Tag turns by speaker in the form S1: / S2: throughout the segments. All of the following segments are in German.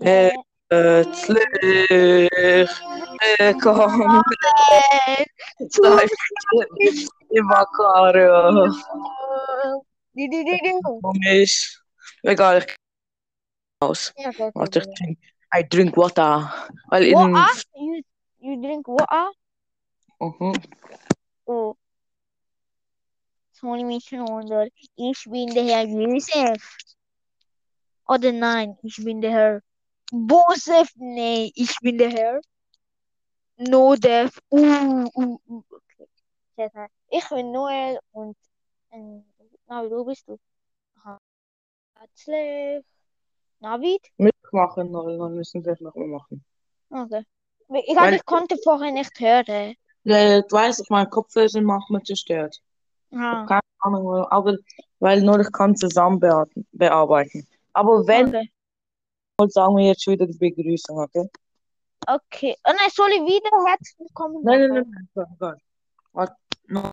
S1: Äh, herzlich äh, willkommen zu Thema Karo.
S2: Die, die, die, die.
S1: Komisch. Egal, ich aus.
S2: Ja, dat
S1: Wat
S2: is
S1: ik
S2: het.
S1: drink. I drink water. Well, in...
S2: Water? You, you drink water?
S1: Mhm.
S2: Oh. Tony mich wundert. Ich bin der Herr Josef. Oder nein, ich bin der Herr Josef. Nee, ich bin der Herr. No, der. Uh, uh, uh. Okay. Sag mal, Ich bin Noel und. Ähm, Navid, wo bist du? Aha. Herzlich. Navid?
S1: Mitmachen, nein, nein, müssen wir nochmal machen.
S2: Okay. Ich,
S1: Weil-
S2: ich konnte vorher nicht hören.
S1: Ja, ich weiß, ich mein Kopf ist im Machen zerstört.
S2: Ah,
S1: Keine Ahnung, warum, aber weil nur ich kann zusammen bearbeiten- bearbeiten. Aber wenn,
S2: okay.
S1: dann sagen wir jetzt wieder die Begrüßung, okay?
S2: Okay. Oh nein, soll ich wieder herzlich willkommen
S1: Nein,
S2: sagen?
S1: nein, nein, oh nein, nein. Warte, noch-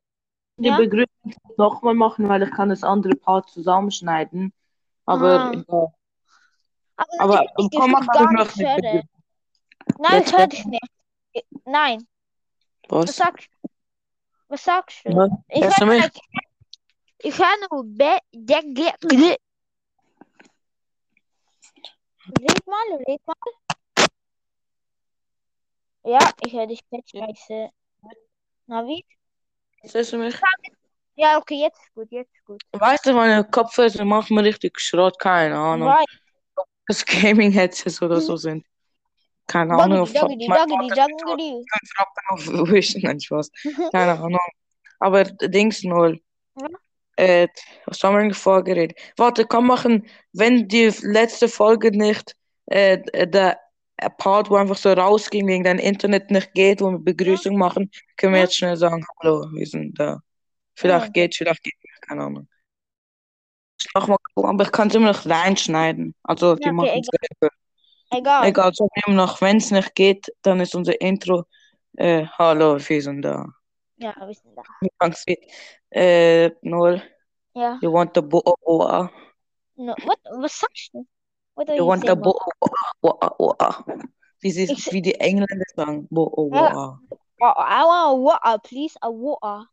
S1: Die
S2: Ja?
S1: Begrüßung nochmal machen, weil ich kann das andere Part zusammenschneiden. Aber,
S2: Ah.
S1: egal.
S2: Aber, nein,
S1: aber
S2: ich, ich
S1: komm,
S2: will
S1: mach
S2: gar
S1: ich noch
S2: nicht
S1: nicht
S2: hören.
S1: Begrüßung.
S2: Nein, ich
S1: Jetzt
S2: höre dich nicht. Ich- Nein, was
S1: Was?
S2: sagst du? Was sagst du?
S1: Was?
S2: Ich
S1: Hörst du
S2: höre
S1: mich?
S2: nicht. Ich höre nur Be der Ge- Ge- Red mal, red mal. Ja, ich höre dich nicht.
S1: Ja.
S2: Scheiße. Navi?
S1: Hörst du mich?
S2: Ja, okay, jetzt ist gut, jetzt ist gut.
S1: Weißt du, meine Kopfhörer machen mir richtig Schrott, keine Ahnung.
S2: Right.
S1: Das Gaming-Headsets oder so sind. Keine Ahnung.
S2: Doggedy,
S1: Mein Vater
S2: doggedy, doggedy, doggedy.
S1: fragt dann auf Wish, nein, Spaß. Keine Ahnung. Aber Dings null.
S2: Mhm. Ja.
S1: Äh, was haben wir eigentlich vorgeredet? Warte, komm machen, wenn die letzte Folge nicht, äh, der Part, wo einfach so rausging, wegen dein Internet nicht geht, wo wir Begrüßung machen, können wir
S2: Ja.
S1: jetzt schnell sagen, hallo, wir sind da. Vielleicht
S2: Ja.
S1: geht, vielleicht geht nicht, keine Ahnung. Nochmal, aber ich kann es immer noch reinschneiden. Also, die
S2: Ja, okay,
S1: machen es selber.
S2: Egal.
S1: Egal, sagen wir immer noch, wenn es nicht geht, dann ist unser Intro, äh, hallo, wir sind da.
S2: Ja, wir sind da.
S1: Anfangs geht. Äh, Noel,
S2: Ja.
S1: you want the oh, boa boa?
S2: No, what, was sagst du? What are
S1: ah. You
S2: you
S1: want the oh,
S2: saying?
S1: boa boa boa? Wie, sie,
S2: Ich-
S1: ah. wie die Engländer sagen, oh, boa
S2: Ja.
S1: boa.
S2: Oh, I want a water, please. A water.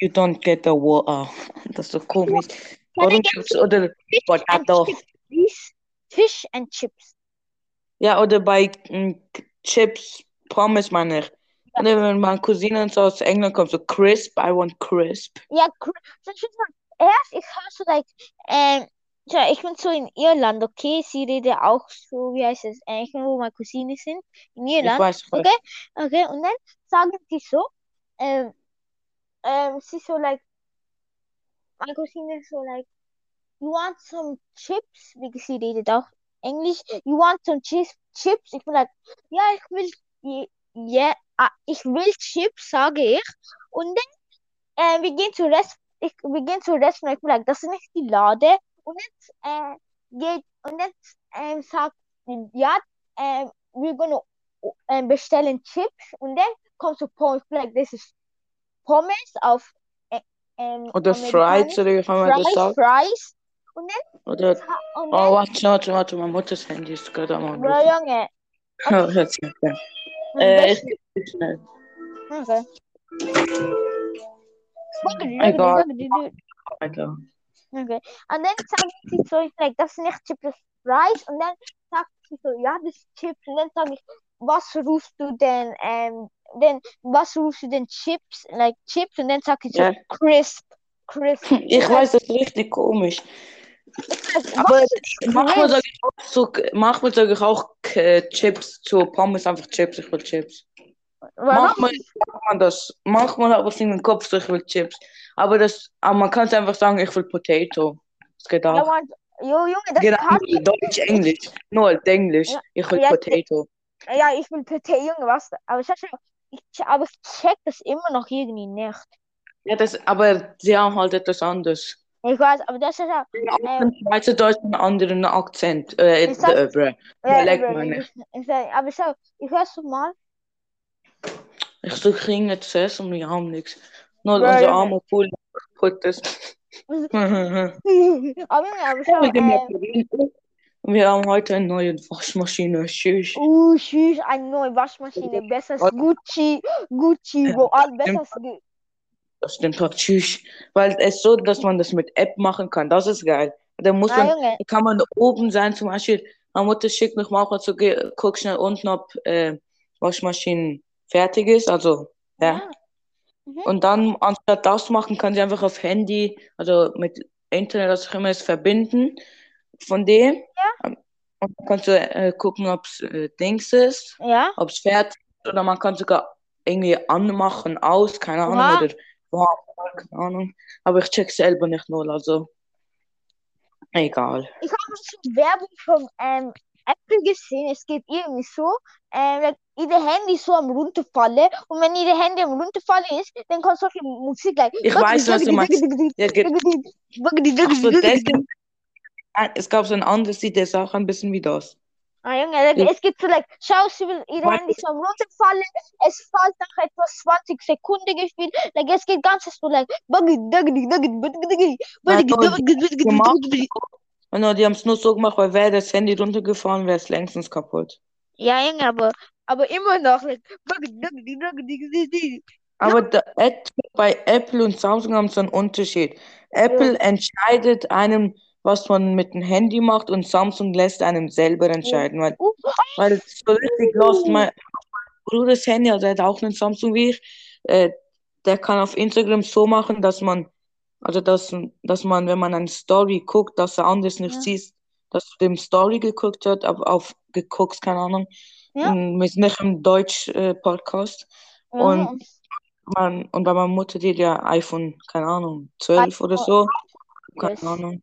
S1: You don't get the boa. Das ist so komisch.
S2: Can I
S1: Warum
S2: get
S1: gibt's oder
S2: fish and
S1: Potato?
S2: chips, please? Fish and chips.
S1: Ja, oder bei mm, Chips, Pommes meine ich.
S2: Ja.
S1: Oder wenn meine Cousine und so aus England kommt, so crisp, I want crisp.
S2: Ja, cr- so she's like, erst ich höre so like, ähm, so, ich bin so in Irland, okay? Sie redet auch so, wie heißt es, äh, ich bin, wo meine Cousine sind, in
S1: Ich
S2: Irland,
S1: weiß, ich weiß.
S2: okay? Okay, und dann sagen sie so, ähm, ähm, sie so like, meine Cousine so like, you want some chips? Because sie redet auch Englisch. You want some chips? Chips? Ich bin like, ja, ich will, je- ja, ah, ich will Chips, sage ich. Und dann, äh, wir gehen zu Rest, ich, wir gehen zu Rest und ich bin like, das ist nicht die Lade. Und dann, äh, geht, und dann, ähm, sagt, die- ja, ähm, we're gonna, ähm, bestellen Chips. Und dann kommt so Pommes, ich bin like, das ist Pommes auf, äh, ähm,
S1: Oder
S2: Amerikanisch.
S1: Fries, oder wie kann man das
S2: Fries,
S1: sagen?
S2: Fries.
S1: Oder
S2: Und
S1: Oh,
S2: dann,
S1: warte, warte, warte, mein Mutters Handy ist gerade am Anrufen.
S2: Bro, Junge.
S1: Oh, jetzt nicht mehr. Äh, ich bin schnell.
S2: Okay. Okay.
S1: Egal.
S2: Okay.
S1: Weiter.
S2: Okay. Und dann sagt sie so, ich like, das ist nicht Chips, das ist Fries. Und dann sagt sie so, ja, das ist Chips. Und dann sage ich, was rufst du denn, ähm, denn, was rufst du denn Chips? Like Chips. Und dann sagt sie so,
S1: Ja.
S2: Crisp. Crisp.
S1: Ich weiß, das ist richtig komisch. aber
S2: Was ist
S1: Manchmal
S2: Crisp?
S1: sage ich auch, so, manchmal sage ich auch äh, Chips zu Pommes, einfach Chips, ich will Chips.
S2: Warum?
S1: Manchmal sagt man das, manchmal hat man es in den Kopf, so ich will Chips. Aber, das, aber man kann es einfach sagen, ich will Potato. Das geht
S2: Ja,
S1: auch.
S2: man, jo, Junge, das
S1: Genau,
S2: kann ich.
S1: Deutsch, Englisch. Nur halt Englisch,
S2: Ja.
S1: ich will
S2: Ja,
S1: Potato.
S2: Ja, ich bin PT, Junge, was? Aber ich, ich, aber ich check das immer noch irgendwie nicht.
S1: Ja, das, aber sie haben halt etwas anderes.
S2: Ich weiß, aber das ist ja. Ähm,
S1: Schweizer Deutsch einen anderen Akzent. Äh,
S2: Ist das-
S1: äh, bruh.
S2: äh,
S1: Dialekt
S2: aber
S1: meine ich.
S2: ich- ich- aber schau, ich hör's schon mal.
S1: Ich suche ging nicht zu essen und wir haben nichts. Nur
S2: Ja, Äh,
S1: unser
S2: ja.
S1: armer Pool kaputt ist.
S2: aber Junge, aber schau,
S1: Mit dem
S2: ähm,
S1: Labyrinth. Und wir haben heute eine neue Waschmaschine. Tschüss.
S2: Uh, tschüss, eine neue Waschmaschine. Besser als Gucci, Gucci, Bro. Alles besser als Gu-
S1: Das stimmt doch. Tschüss. Weil es so, dass man das mit App machen kann. Das ist geil. Dann muss
S2: Na,
S1: man,
S2: Ah, Junge.
S1: kann man oben sein, zum Beispiel. Meine Mutter schickt mich manchmal zu, "Geh- guck schnell unten, ob äh, Waschmaschine fertig ist. Also, ja.
S2: Ja. Mhm.
S1: Und dann, anstatt das machen, kann sie einfach auf Handy, also mit Internet, was auch immer ist, verbinden von dem. Ähm, Und dann kannst du äh, gucken, ob es äh, Dings ist,
S2: Ja.
S1: ob es fertig ist, oder man kann sogar irgendwie anmachen, aus, keine Ahnung,
S2: Oha.
S1: oder wow, keine Ahnung. Aber ich check selber nicht null, also egal.
S2: Ich habe schon Werbung von ähm, Apple gesehen. Es geht irgendwie so, ähm, like, ihre Handy so am runterfallen. Und wenn ihre Handy am runterfallen ist, dann kommt solche Musik. Like,
S1: Ich weiß, was du meinst. Ja, ge- Ach so, deswegen, äh, es gab so ein anderes Lied, der ist auch ein bisschen wie das.
S2: Ah, Junge, like,
S1: Ja.
S2: es gibt so, like, schau, sie will ihre
S1: Warte.
S2: Handy so am runterfallen. Es fällt nach etwa 20 Sekunden gespielt. Like, es geht ganz so, like,
S1: Nein, aber die gemacht, Und die haben es nur so gemacht, weil wäre das Handy runtergefahren, wäre es längstens kaputt.
S2: Ja, Junge, aber, aber immer noch, like,
S1: Aber da, et- bei Apple und Samsung haben so einen Unterschied. Apple entscheidet einem, was man mit dem Handy macht und Samsung lässt einem selber entscheiden. Weil,
S2: Uh,
S1: weil so richtig lost, mein Bruders Handy, also er hat auch einen Samsung wie ich, äh, der kann auf Instagram so machen, dass man, also dass, dass man, wenn man eine Story guckt, dass er anders nicht
S2: Ja.
S1: sieht, dass du dem Story geguckt hat, aber auf geguckt, keine Ahnung,
S2: Ja.
S1: mit äh, nicht im Deutsch-Podcast. und
S2: Mhm.
S1: man, und bei meiner Mutter, die hat ja iPhone, keine Ahnung, 12 oder so, keine
S2: Alles.
S1: Ahnung,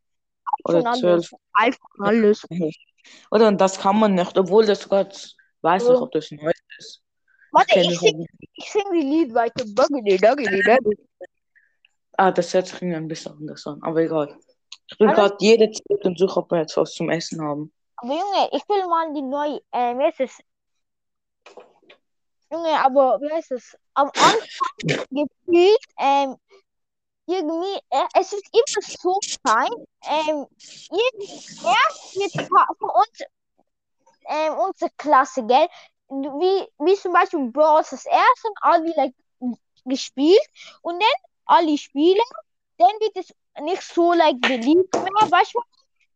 S2: Schon
S1: oder
S2: alles.
S1: 12.
S2: iPhone alles.
S1: Oder und das kann man nicht, obwohl das Gott weiß nicht,
S2: Oh.
S1: ob das neu ist. Ich
S2: Warte,
S1: kenne
S2: ich
S1: nicht.
S2: sing,
S1: ob-
S2: ich sing die Lied weiter. Buggedy, duggedy, duggedy.
S1: Ah, das hört sich irgendwie ein bisschen anders an, aber egal. Ich bin
S2: Aber-
S1: gerade jede Zeit und suche, ob wir jetzt was zum Essen haben.
S2: Aber Junge, ich will mal die neue, äh, wie heißt es? Junge, aber wie heißt es? Am Anfang gefühlt, ähm, irgendwie, äh, es ist immer so klein, ähm, irgendwie, erst mit pa- von uns, ähm, unsere Klasse, gell? Wie, wie zum Beispiel Brawl das erste und Ali, like, gespielt und dann alle Spiele, dann wird es nicht so, like, beliebt mehr, weißt du?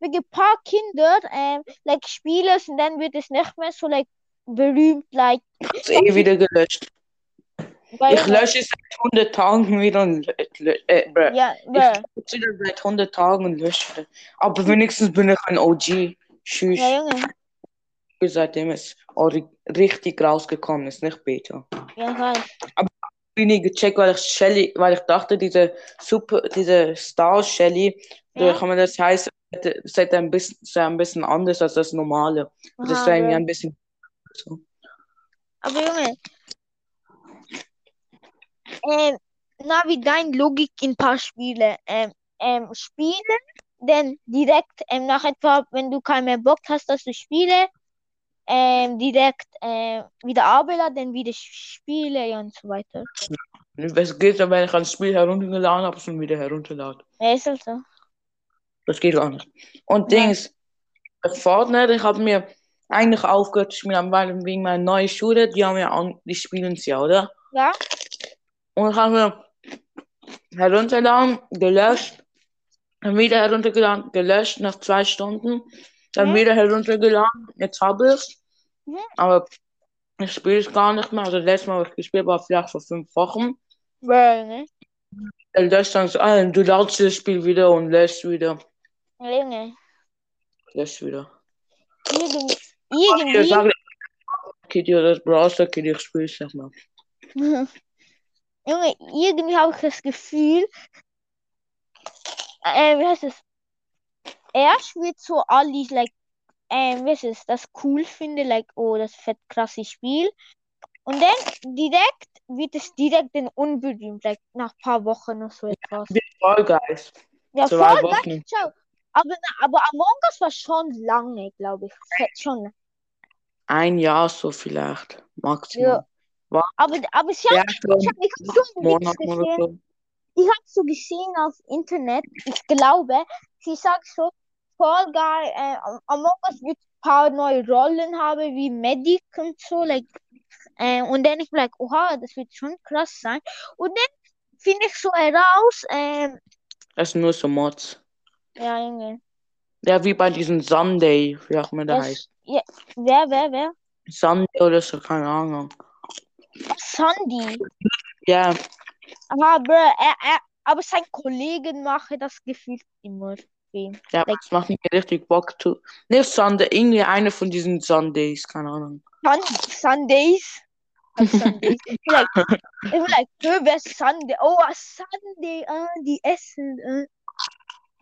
S2: mit ein paar Kindern, ähm, like Spielers und dann wird es nicht mehr so like berühmt, like
S1: Ich habe eh wieder gelöscht.
S2: weil
S1: Ich lösche es seit 100 Tagen wieder und lö- lö- äh, bruh.
S2: ja,
S1: Ich
S2: bäh.
S1: lösche wieder seit 100 Tagen und lösche wieder. Aber wenigstens bin ich ein OG. Tschüss.
S2: ja Junge,
S1: seitdem es ori- richtig rausgekommen ist, nicht Beta.
S2: ja weiß.
S1: Ich habe nie gecheckt, weil ich Shelly, weil ich dachte, diese Super, diese Star Shelly, oder
S2: Ja,
S1: kann man das heißen, hätte- ist halt ein bisschen, ist ein bisschen anders als das normale. Das ist
S2: aha,
S1: irgendwie
S2: bäh.
S1: ein bisschen so.
S2: halt. Aber Junge, ähm, na wie dein Logik in paar Spiele, ähm, ähm, Spiele, denn direkt ähm, nach etwa, wenn du keinen mehr Bock hast, dass du Spiele, ähm, direkt ähm, wieder Abela, dann wieder Spiele und so weiter.
S1: Es geht dann, wenn ich ein Spiel heruntergeladen habe, schon wieder herunterladen.
S2: Ja, ist halt so.
S1: Das geht gar nicht. Und
S2: Ja.
S1: Dings, bei Fortnite, ich habe mir eigentlich aufgehört zu spielen, weil wegen meiner neuen Schule, die haben ja an, die spielen es ja, oder?
S2: Ja,
S1: Und ich habe mir herunterladen, gelöscht, dann wieder heruntergeladen, gelöscht nach zwei Stunden, dann
S2: ja,
S1: wieder heruntergeladen, jetzt habe ich es,
S2: ja,
S1: aber ich spiele es gar nicht mehr. Also letztes Mal, was ich gespielt habe, war vielleicht vor fünf Wochen.
S2: bäh, ne?
S1: Dann löscht dann so, ah, du ladest das Spiel wieder und löscht wieder,
S2: Ja, Junge.
S1: löscht wieder.
S2: Irgend,
S1: Ich
S2: irgendwie.
S1: sage, Kitty oder das Browser, Kitty, ich spiele es nicht mehr.
S2: Junge, irgendwie habe ich das Gefühl, äh, wie heißt es? Erst wird so alle, like, äh, wie heißt es, das cool finde, like, oh, das fett krasse Spiel. Und dann direkt wird es direkt dann unberühmt, like, nach ein paar Wochen oder so etwas.
S1: Wie Fall Guys,
S2: Ja, voll
S1: zwei
S2: geil,
S1: Wochen.
S2: schau. Aber, aber Among Us war schon lange, glaube ich. Fett schon.
S1: Ein Jahr so vielleicht,
S2: Ja.
S1: maximal. War
S2: Aber, aber ich
S1: ja
S2: habe
S1: schon
S2: ich hab so einen Witz
S1: Monaten oder
S2: gesehen.
S1: so.
S2: Ich habe so gesehen auf Internet, ich glaube, sie sagt so, Fall Guy and um, Among Us gibt ein paar neue Rollen habe, wie Medic und so. Like, äh, und dann ich bin like, oha, das wird schon krass sein. Und dann finde ich so heraus, ähm,
S1: Das sind nur so Mods.
S2: ja, Junge.
S1: Ja, wie bei diesem Sunday, wie auch immer der
S2: Das-
S1: heißt.
S2: Wer, wer, wer?
S1: Sunday oder so, keine Ahnung.
S2: Sandy.
S1: Ja,
S2: Aber, bruh, er, er, aber sein Kollegen machen das gefühlt immer. Wen.
S1: ja,
S2: Like-
S1: das macht mir richtig Bock zu. Nicht Sunday, irgendwie eine von diesen Sundays, keine Ahnung.
S2: Sun Sundays. Like Sundays. Ich bin like, ich bin like, dude, wer ist Sunday? Oh, a Sunday, ah, die essen. ah.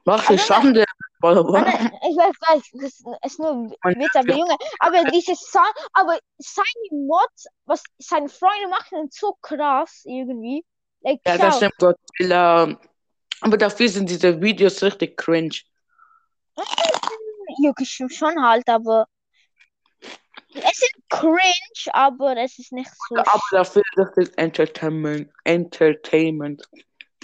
S1: Was für
S2: Also,
S1: Sunday? Oder
S2: Aber
S1: was?
S2: ich weiß, weiß, das ist nur
S1: Und-
S2: Witz, aber Junge, aber dieses Sun, aber seine Mods, was seine Freunde machen, sind so krass irgendwie. Like,
S1: Ja, das
S2: schau.
S1: sind Godzilla. Aber dafür sind diese Videos richtig cringe.
S2: Jucke ich schon halt, aber es ist cringe, aber es ist nicht so.
S1: Aber dafür richtig Entertainment. Entertainment.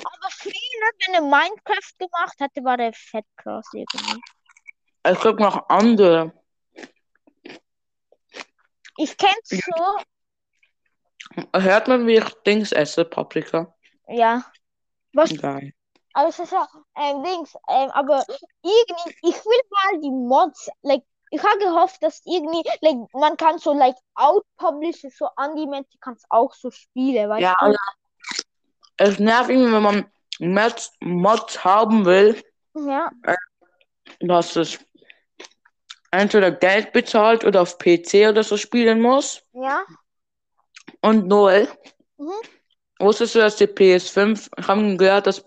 S2: Aber früher, ne, wenn er Minecraft gemacht hatte, war er fett krass irgendwie.
S1: Es gibt noch andere.
S2: Ich kenn's so,
S1: Hört man, wie ich Dings esse, Paprika?
S2: ja. Was,
S1: Geil.
S2: aber es ist ja, ähm, Dings, ähm, aber irgendwie, ich will mal die Mods, like, ich habe gehofft, dass irgendwie, like, man kann so, like, outpublishen, so Anime, kannst auch so Spiele, weißt
S1: Ja,
S2: du?
S1: also, es nervt irgendwie, wenn man Mods, Mods haben will,
S2: Ja,
S1: dass es entweder Geld bezahlt oder auf PC oder so spielen muss.
S2: ja,
S1: Und Noel,
S2: mhm.
S1: wusstest du, dass die PS5, haben gehört, dass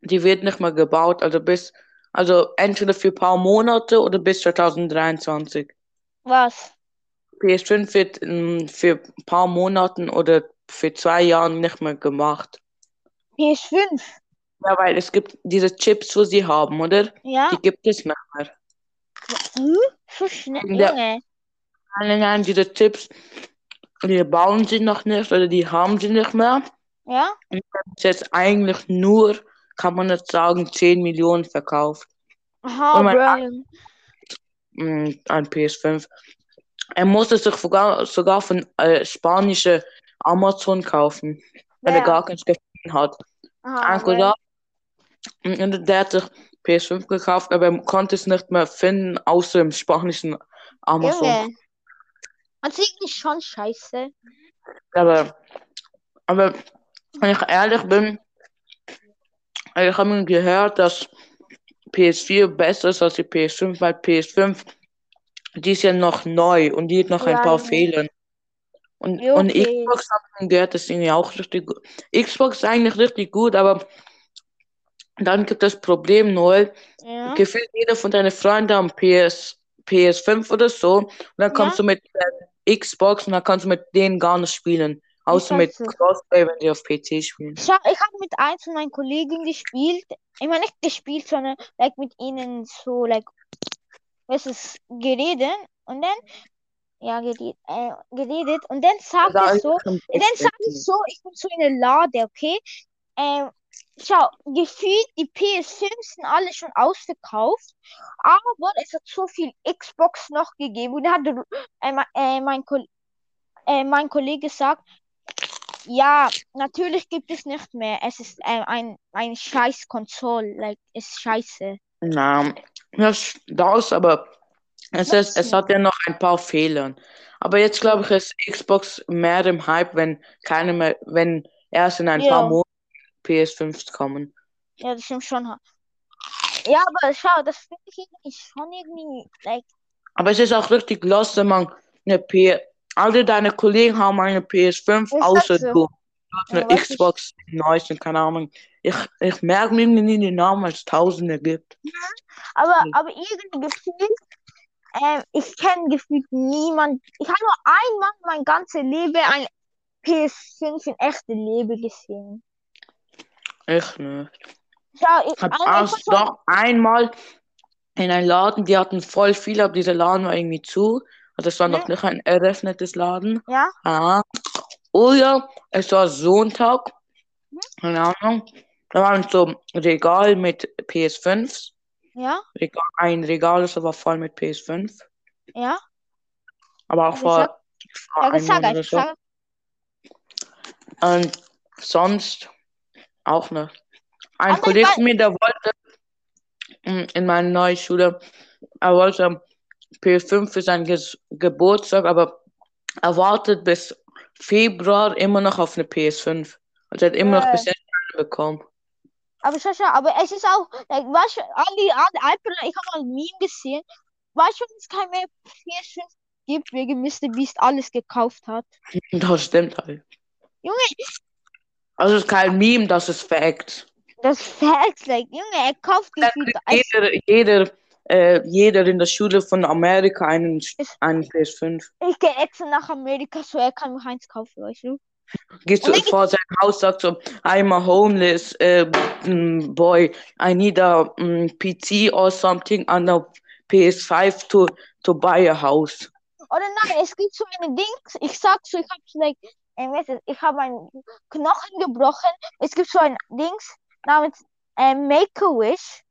S1: die wird nicht mehr gebaut, also bis, also entweder für ein paar Monate oder bis 2023.
S2: Was?
S1: PS5 wird ähm, für ein paar Monaten oder für zwei Jahren nicht mehr gemacht.
S2: PS5,
S1: Ja, weil es gibt diese Chips, wo sie haben, oder?
S2: ja,
S1: Die gibt es nicht mehr.
S2: hm? so schnell,
S1: Ja.
S2: Junge.
S1: Nein, nein, nein, diese Chips, die bauen sie noch nicht oder die haben sie nicht mehr.
S2: Ja,
S1: Ist jetzt eigentlich nur, kann man jetzt sagen, 10 Millionen verkauft
S2: aha,
S1: Und Oh mein
S2: Bro.
S1: mh, an PS5. Er musste sich sogar, sogar von äh, spanische Amazon kaufen, weil er
S2: Wer?
S1: gar keins gefunden hat.
S2: Aha,
S1: Ein
S2: Bro.
S1: Cousin, mh, der hat sich PS5 gekauft, aber er konnte es nicht mehr finden, außer im spanischen Amazon.
S2: Junge. Also irgendwie schon scheiße.
S1: Aber, aber wenn ich ehrlich bin, ich habe gehört, dass PS4 besser ist als die PS5, weil PS5, die ist ja noch neu und die hat noch
S2: Ja,
S1: ein paar
S2: Junge.
S1: Fehlen. Und,
S2: Ja,
S1: und
S2: okay.
S1: Xbox hat man gehört, das ist irgendwie auch richtig gut. Xbox ist eigentlich richtig gut, aber dann gibt das Problem, Noel,
S2: Ja.
S1: gefühlt jeder von deinen Freunden am PS, PS5 oder so, und dann
S2: Ja.
S1: kommst du mit äh, Xbox und dann kannst du mit denen gar nicht spielen. Außer mit
S2: Scheiße.
S1: Crossplay, wenn die auf PC spielen.
S2: Ich habe ich hab mit eins von meinen Kollegen gespielt. Ich meine nicht gespielt, sondern like mit ihnen so like was ist geredet und dann ja geredet, äh, geredet und dann sagt
S1: Da
S2: er
S1: ist
S2: so,
S1: schon
S2: und dann sag ich so, ich bin so in der Lade, okay? Ähm, schau, gefühlt die PS5 sind alle schon ausverkauft, aber es hat so viel Xbox noch gegeben und da hat der- äh, mein- äh, mein, Kol- äh, mein Kollege gesagt, ja, natürlich gibt es nicht mehr. Es ist ähm, ein, ein scheiß Konsole. Like, ist scheiße.
S1: Na, das, das aber es, ist, es hat ja noch ein paar Fehler. Aber jetzt glaube ich, ist Xbox mehr im Hype, wenn keine mehr, wenn erst in ein
S2: Ja.
S1: paar Monaten PS5 kommen.
S2: Ja, das stimmt schon. Ja, aber schau, das finde ich irgendwie schon irgendwie, like,
S1: Aber es ist auch richtig los, wenn man eine P alle deine Kollegen haben eine PS5,
S2: Ist das
S1: außer
S2: so?
S1: du. Du hast eine
S2: Ja, weiß ich.
S1: Xbox, die neuesten, keine Ahnung. Ich, ich merke mir irgendwie nie den Namen, weil es Tausende gibt.
S2: aber,
S1: Mhm.
S2: aber irgendwie gefühlt, ähm, ich kenne gefühlt niemand. Ich habe nur einmal mein ganzes Leben ein PS5 in echte Leben gesehen.
S1: Ich nicht.
S2: Schau, Ah, ich,
S1: Ich habe
S2: einmal, ich war
S1: erst
S2: so,
S1: doch einmal in einen Laden, die hatten voll viel, aber dieser Laden war irgendwie zu. Also es war noch
S2: Ja.
S1: nicht ein eröffnetes Laden.
S2: ja,
S1: Ah. Oder es war Sonntag, keine Ahnung. Da waren so Regal mit PS5s
S2: Ja,
S1: Rega ein Regal, das war voll mit PS5.
S2: ja.
S1: Aber auch
S2: Also ich
S1: vor,
S2: sag-
S1: vor
S2: Ja,
S1: einem
S2: ich sag
S1: Monat
S2: euch,
S1: oder
S2: ich
S1: so.
S2: sag,
S1: Und sonst auch ne. Ein
S2: Oh mein
S1: Kollege von mir, der wollte mm, in meiner neuen Schule, er wollte PS5 für seinen Ges Geburtstag, aber er wartet bis Februar immer noch auf eine PS5. Also er hat immer noch
S2: Äh.
S1: bis jetzt keine bekommen.
S2: aber schau, schau, aber es ist auch, like, weißt du, all die anderen Alpen, ich habe mal ein Meme gesehen, weißt du, wenn es keine PS5 gibt, wegen Mr. Beast alles gekauft hat.
S1: Das stimmt halt.
S2: Junge,
S1: Also es ist kein Meme, das ist Fact.
S2: das Facts, like, Junge, er kauft gefühlt alles.
S1: Jeder, jeder, äh, jeder in der Schule von Amerika einen,
S2: Es-
S1: einen PS5.
S2: Ich gehe extra nach Amerika, so er kann mir eins kaufen, weißt du?
S1: Gehst du
S2: Und wenn-
S1: vor sein Haus, sagst so, I'm a homeless äh, mm, boy. I need a mm, PC or something on a PS5 to, to buy a house.
S2: Oder nein, es gibt so eine Dings, ich sag so, ich hab so, like, ähm, weißt du, ich habe meinen Knochen gebrochen. Es gibt so ein Dings namens ähm, Make-A-Wish.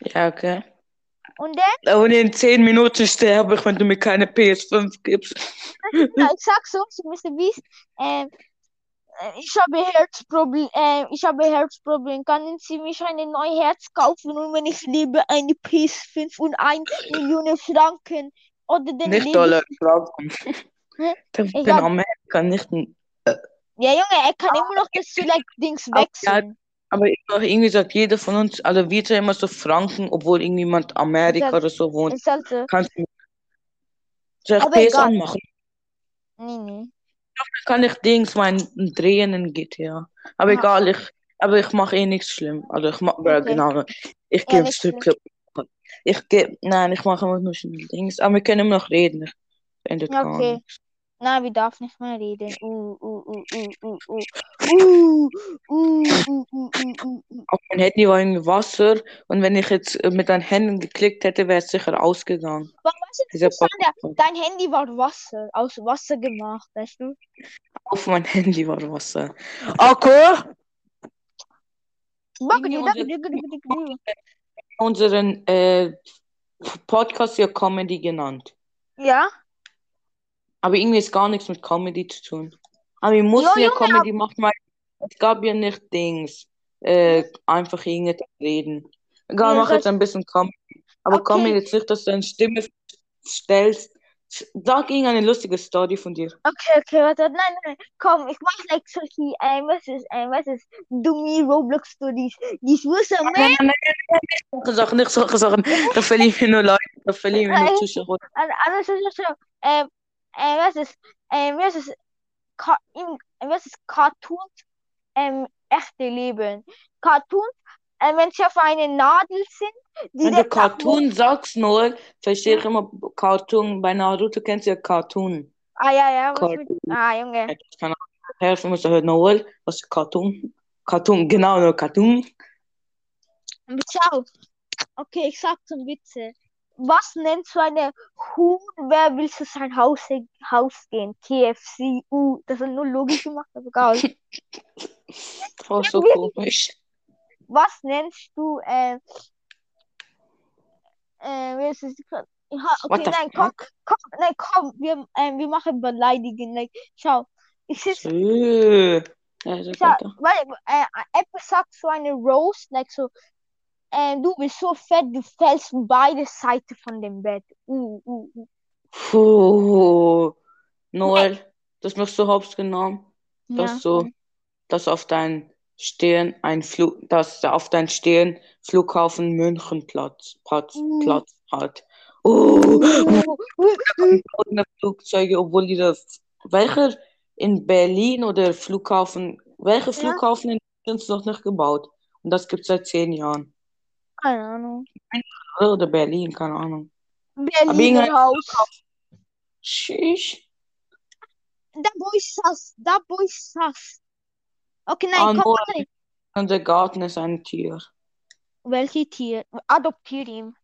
S1: Ja, okay.
S2: Und dann,
S1: Und in 10 Minuten sterbe ich, wenn du mir keine PS5 gibst.
S2: na, ich sag so zu Mr. Beast, ähm, äh, ich habe Herzproblem, ähm, ich habe Herzproblem. Können Sie mich ein neues Herz kaufen? Und wenn ich lebe, eine PS5 und ein Million Franken. Oder dann
S1: Nicht
S2: lebe ich.
S1: Dollar, Franken.
S2: Hm?
S1: Das ist
S2: Ich
S1: in
S2: hab-
S1: Amerika nicht. ein-
S2: Ja, Junge, er kann immer noch das so, like, Dings
S1: Aber ja,
S2: wechseln.
S1: Aber ich- irgendwie sagt jeder von uns, also wir sagen immer so Franken, obwohl irgendjemand Amerika
S2: Das-
S1: oder so wohnt.
S2: Ich sollte.
S1: Kannst du soll ich
S2: Aber
S1: PS
S2: egal.
S1: anmachen?
S2: Nee, nee.
S1: kann ich Dings meinen drehen in GTA. Aber
S2: Aha.
S1: egal, ich, aber ich mache eh nichts schlimm. Also ich mache,
S2: Okay.
S1: genau, ich
S2: Ja,
S1: gehe im
S2: nicht schlimm.
S1: Stripclub. Ich gehe, nein, ich mache immer nur schnell Dings. Aber wir können immer noch reden. Ich ändert
S2: Ja,
S1: gar
S2: okay.
S1: nichts.
S2: Nein, wir darf nicht mehr reden. Uh, uh, uh, uh, uh, uh. Uh, uh, uh, uh, uh, uh, uh.
S1: Auch mein Handy war irgendwie Wasser und wenn ich jetzt äh, mit den Händen geklickt hätte, wäre es sicher ausgegangen.
S2: Warum weißt du,
S1: Dieser
S2: Susanne,
S1: Podcast
S2: dein Handy war Wasser, aus Wasser gemacht, weißt du?
S1: auf mein Handy war Wasser. Okay. Irgendwie unser- unseren äh, Podcast ja Comedy genannt.
S2: Ja?
S1: Aber irgendwie ist gar nichts mit Comedy zu tun. Aber wir mussten
S2: Jo,
S1: ja
S2: Junge,
S1: Comedy machen, weil es gab ja nicht Dings. Äh, einfach irgendetwas reden. Egal,
S2: Ja,
S1: mach
S2: das-
S1: jetzt ein bisschen Comedy. Aber
S2: Okay.
S1: Comedy jetzt nicht, dass du deine Stimme stellst. Sag irgendeine lustige Story von dir.
S2: Okay, okay, warte, nein, nein, komm, ich mach like solche, ähm, was ist, ähm, was ist, dumme Roblox-Stories. Die Schwester,
S1: Nein, nein, nein, nein, nein, nicht solche Sachen, nicht solche Sachen. Da verlieren wir nur Leute, da verlieren wir nur Zuschauer.
S2: An andere Sachen so, ähm, ähm, was ist, ähm, was ist, Ka im, was ist Cartoons, ähm, echte Leben. Cartoons, ähm, wenn sie auf eine Nadel sind,
S1: Wenn du
S2: die dann nach oben-
S1: Cartoon sagst, Noel, verstehe ich immer Cartoon. Bei Naruto kennst du ja Cartoon.
S2: ah, ja, ja, was mit,
S1: Cartoon.
S2: ah, Junge,
S1: Ich kann auch helfen, muss hören, Noel, was ist Cartoon? Cartoon, genau, nur Cartoon.
S2: Und ciao. Okay, ich sag zum Witze. Was nennt so eine Huhn? Wer will zu sein Haus, Haus gehen? KFC, U. Das hat nur logisch gemacht, aber egal.
S1: Das war Oh, so komisch.
S2: Was nennst du, äh, äh, wie ist es? Ja,
S1: What
S2: okay,
S1: the
S2: nein, komm, komm, nein, komm, wir, ähm, wir machen beleidigen. Like, schau, ich sitze,
S1: Äh, Ja, sag
S2: schau,
S1: weiter.
S2: weil, äh, Apple sagt so eine Roast, like so, äh, du bist so fett, du fällst beide Seiten von dem Bett. Uh, uh, uh.
S1: Puh. Noel, das machst du hops genommen, dass du, dass auf dein Stirn ein Flug, dass da auf dein Stirn Flughafen München Platz, Platz,
S2: Mhm.
S1: Platz hat. Oh,
S2: Uh.
S1: tausende Flugzeuge, obwohl die das. Welcher in Berlin oder Flughafen, welcher Flughafen in Berlin ist noch nicht gebaut? Und das gibt es seit zehn Jahren.
S2: Keine Ahnung.
S1: Oder Berlin, keine Ahnung.
S2: Berliner
S1: irgendein-
S2: Haus.
S1: Sheesh.
S2: Da wo ich saß. Da wo ich saß. Okay,
S1: Ah,
S2: nein, komm,
S1: nur-
S2: nein.
S1: Und der Garten ist ein Tier.
S2: Welche Tier? Adoptier ihn.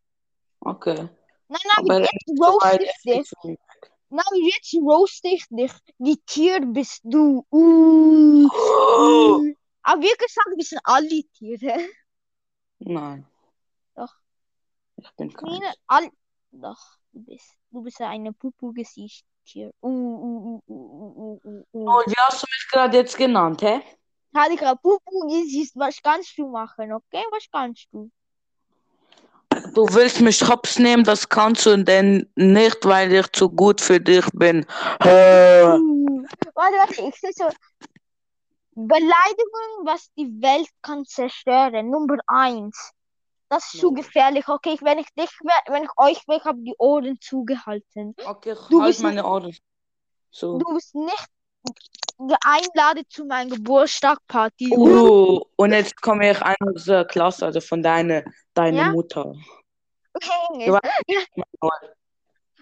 S1: Okay.
S2: Nein,
S1: Aber er
S2: nein, jetzt
S1: So weit
S2: roast ich
S1: ist
S2: dich.
S1: es nicht.
S2: Nein, jetzt roast ich dich. Die Tier bist du.
S1: Oh.
S2: Uh,
S1: Oh,
S2: Aber wir gesagt, wir sind alle Tiere.
S1: Nein.
S2: Doch.
S1: Ich bin gar
S2: Nina,
S1: nicht.
S2: all. Doch, du bist. Du bist ja eine Pupu-Gesicht hier. Uh, uh, uh, uh, uh, uh, uh.
S1: Oh, wie hast du mich gerade jetzt genannt, hä?
S2: Hatte gerade Pupu-Gesicht. Was kannst du machen, okay? Was kannst du?
S1: Du willst mich hops nehmen, das kannst du denn nicht, weil ich zu gut für dich bin. Äh,
S2: Uh, warte, warte, ich sehe so. Beleidigung, was die Welt kann zerstören. Nummer eins. Das ist zu
S1: No.
S2: gefährlich. Okay, wenn ich dich wär, wenn ich euch wäre, habe die Ohren zugehalten.
S1: Okay, ich
S2: Du
S1: halt
S2: bist
S1: meine Ohren. So.
S2: Du bist nicht eingeladen zu meiner Geburtstagparty.
S1: Uh, und jetzt komme ich einer unserer Klasse, also von deiner deine
S2: Ja?
S1: Mutter.
S2: Okay.
S1: Du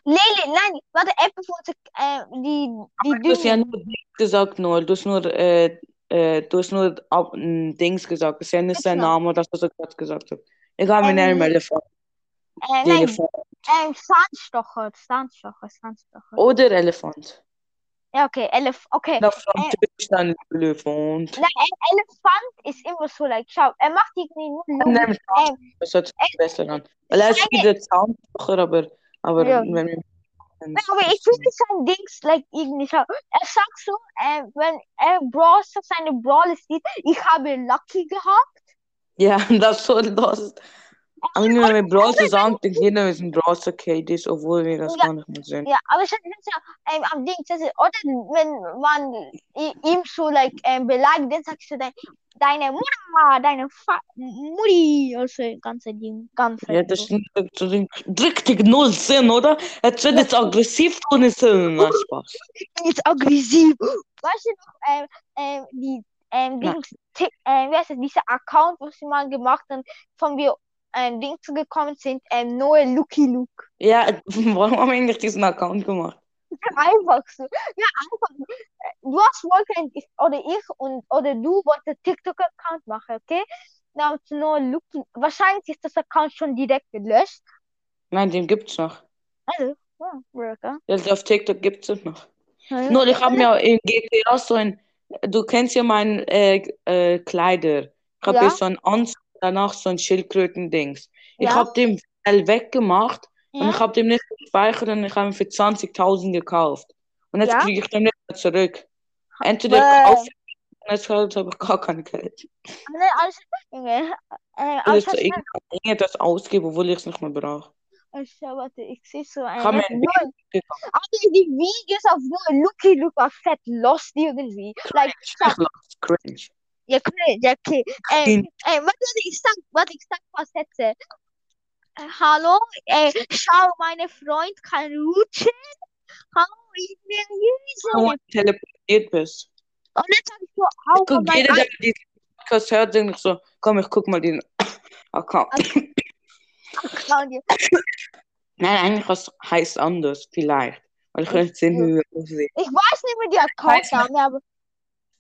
S2: Lili, nein, warte, Apple von uns, äh, die, die
S1: Du hast ja
S2: Dünne.
S1: nur Dings gesagt, Noel. Du hast nur, äh, äh, du hast nur ab, n, Dings gesagt. Das ist ja nicht sein
S2: Genau.
S1: Name, das was er gerade gesagt hat. Ich habe mir nicht
S2: Ähm,
S1: mehr gefragt.
S2: Äh,
S1: Die
S2: nein,
S1: Elefant.
S2: ähm, Zahnstocher, Zahnstocher, Zahnstocher.
S1: Oder Elefant.
S2: Ja, okay, Elef, okay.
S1: Auf
S2: Äh,
S1: Französisch dann Elefant.
S2: nein, ein Elefant ist immer so, like, schau, er macht irgendwie nur
S1: Nein,
S2: Logik. Ähm,
S1: Das hört sich
S2: äh,
S1: besser an. Weil er ist
S2: seine,
S1: wieder Zahnstocher, aber, aber
S2: ja.
S1: wenn wir. dann
S2: Nein, aber ich
S1: ist es
S2: finde sein Dings, like, irgendwie, schau, er sagt so, äh, wenn er Brawl Stars, seine Brawl sieht, ich habe Lucky gehabt.
S1: Ja, das ist so los. Aber wenn wir Brawl sagen, denkt jeder, wir sind Brawl KDs, obwohl wir das
S2: Ja,
S1: gar nicht mehr sind.
S2: Ja, aber ich finde ja ähm, am Ding, das ist, oder wenn man i- ihm so like, ähm, beleidigt, dann sagst du dein, deine Mutter, deine Fa Mutti, also ganze Ding, ganze
S1: Ja,
S2: und
S1: das
S2: so.
S1: sind so den- richtig null Sinn, oder? Jetzt wird
S2: Ja,
S1: jetzt aggressiv tun, ist Sinn. Na, Spaß.
S2: ich bin jetzt aggressiv. Weißt du noch, ähm, ähm, die ähm,
S1: Na,
S2: Dings, Tik- ähm, wie heißt das, dieser Account, was sie mal gemacht haben, von wir ähm, Dings gekommen sind, ähm, Noel Lucky Luke.
S1: ja, warum haben wir eigentlich diesen Account gemacht?
S2: Einfach so. Ja, einfach so. du hast wollten ich oder ich und oder du wolltest TikTok-Account machen, okay? Namens nur Luki. Wahrscheinlich ist das Account schon direkt gelöscht.
S1: Nein, den gibt's noch.
S2: Also, ja, Worker.
S1: Also auf TikTok gibt's es noch.
S2: Ja.
S1: Nur, ich habe mir in GTA so ein, du kennst ja mein äh, äh, Kleider. Ich habe hier
S2: Ja,
S1: so ein Anzug, danach so ein Schildkrötendings. Ich
S2: ja,
S1: habe den schnell weggemacht und
S2: ja,
S1: ich habe den nicht gespeichert und ich habe ihn für 20.000 gekauft. Und jetzt
S2: ja.
S1: kriege ich den nicht mehr zurück. Entweder kaufe
S2: Bäh.
S1: ich ihn und jetzt habe ich gar kein Geld.
S2: Nee, alles, Junge. Äh,
S1: Oder
S2: alles
S1: so
S2: hast
S1: irgend- irgendetwas ausgeben, obwohl ich es nicht mehr brauche.
S2: ich, warte, ich sehe so
S1: Ich
S2: ein
S1: habe mir
S2: App.
S1: ein
S2: Nur,
S1: Video gekauft.
S2: aber Ah, die Videos auf nur Lucky Luke war fett lost irgendwie. Like,
S1: Cringe,
S2: schau,
S1: nicht lachen, cringe.
S2: ja, okay, ja, okay. Ähm,
S1: Cringe.
S2: ähm, warte, ich sag, warte, ich sag paar Sätze. Äh, Hallo, äh, schau, meine Freund kann rutschen. Hallo, ich bin
S1: Wenn du
S2: Jüse.
S1: teleportiert bist.
S2: Und dann sag ich so,
S1: Ich
S2: hau mal
S1: guck,
S2: mein
S1: jeder,
S2: Ei.
S1: der diesen Podcast hört, denkt so, komm, ich guck mal den Account.
S2: Account hier.
S1: Nein, eigentlich was heißt anders, vielleicht. Weil ich
S2: Ich,
S1: jetzt sehen, wie wir aussehen.
S2: ich weiß nicht mehr die
S1: Heißt nicht.
S2: Accountname, aber,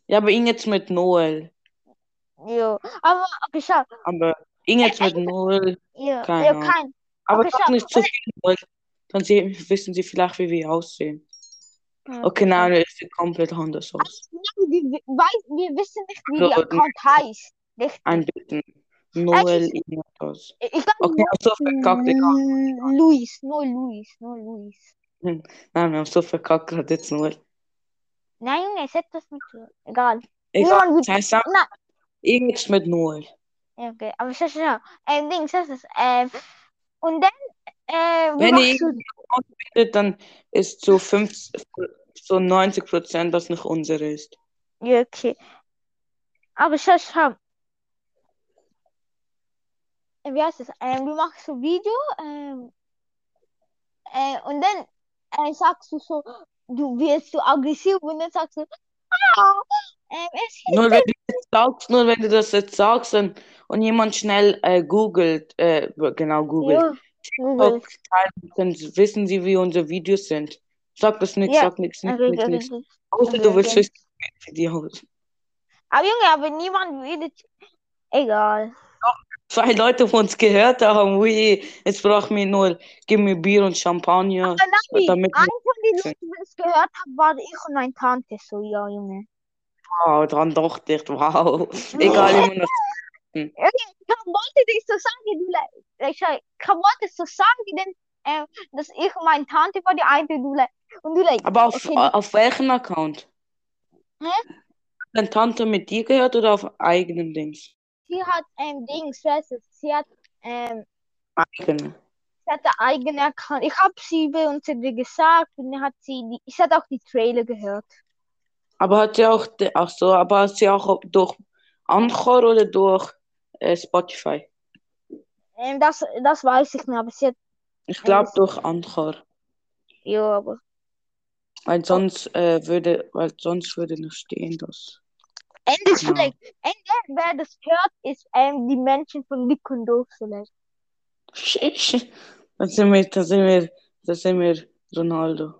S1: Ja, aber ihn jetzt mit Noel.
S2: jo. Aber, okay, schau.
S1: Aber ihn jetzt mit Noel,
S2: Ja, ja,
S1: keine Ahnung.
S2: kein.
S1: Aber
S2: Okay,
S1: sag
S2: schau.
S1: nicht zu viel, weil dann sehen, wissen sie vielleicht, wie wir aussehen. Okay,
S2: Okay, schau.
S1: nein, ich sehe komplett anders aus.
S2: Die, die- weil wir wissen nicht, wie die
S1: So,
S2: Account heißt. Richtig.
S1: ein bisschen.
S2: Eigentlich,
S1: Noel, irgendwas.
S2: ich ich glaube,
S1: Okay,
S2: nur
S1: ich hab so verkackt,
S2: Mhm.
S1: egal.
S2: Luis, nur Luis, nur Luis.
S1: Hm. Nein, wir haben so verkackt gerade jetzt, Noel.
S2: Nein, Junge, es hat das nicht so. Egal.
S1: Egal,
S2: Niemand wird.
S1: das heißt, sag
S2: Nein,
S1: irgendwas mit Noel.
S2: Ja, okay. Aber schau, schau, schau. Ähm, Dings, das ist, ähm, und dann, äh, wie
S1: Wenn ihr
S2: machst du,
S1: irgendwie ausbietet, dann ist zu 50, so 90 Prozent, das nicht unsere ist.
S2: ja, okay. Aber schau, schau, äh, wie heißt das? Ähm, du machst so Video, ähm, äh, und dann, äh, sagst du so, du wirst so aggressiv und dann sagst du, ah, ähm, es
S1: Nur
S2: ist
S1: wenn du das sagst, nur wenn du das jetzt sagst und, und jemand schnell äh, googelt, äh, genau googelt,
S2: Ja, Google.
S1: TikTok, teilt, dann wissen sie, wie unsere Videos sind. Sag das nix,
S2: Ja, also
S1: sag nix, nix,
S2: okay,
S1: nix,
S2: okay,
S1: nix.
S2: okay,
S1: Außer
S2: okay,
S1: du willst
S2: okay.
S1: wissen, wie die aus.
S2: Aber Junge, aber niemand redet, egal.
S1: Zwei Leute von uns gehört haben, ui, jetzt brauchen wir nur, gib mir Bier und Champagner,
S2: Aber nein,
S1: damit wir
S2: ein von den
S1: sind.
S2: Leuten, die es gehört haben, war ich und meine Tante, so, ja, Junge.
S1: Ah, Wow, dann doch nicht, wow. Egal, immer noch. Hm.
S2: Come on to die Society, du like, like, sorry, come on to Society, denn, ähm, dass ich und meine Tante war die eine, du like, und du like,
S1: Aber auf,
S2: okay, die,
S1: auf welchen Account?
S2: Hä?
S1: Deine Tante mit dir gehört oder auf eigenen Dings?
S2: sie hat, ähm, Dings, weißt du, sie hat, ähm,
S1: Eigene.
S2: sie hat eine eigene Account. Ich hab sie bei uns irgendwie gesagt und dann hat sie, die, ich hat auch die Trailer gehört.
S1: Aber hat sie auch, de- ach so, aber hat sie auch auf- durch Anchor oder durch äh, Spotify?
S2: Ähm, das, das weiß ich nicht, aber sie hat,
S1: Ich
S2: ähm,
S1: glaube
S2: das,
S1: durch Anchor,
S2: ja, aber,
S1: weil
S2: oh,
S1: sonst äh, würde, weil sonst würde nicht stehen, dass
S2: endlich
S1: genau.
S2: vielleicht, endlich, wer das hört, ist, ähm, die Menschen von Dick und Doof vielleicht.
S1: Da sind wir, da sind wir, da sind wir Ronaldo.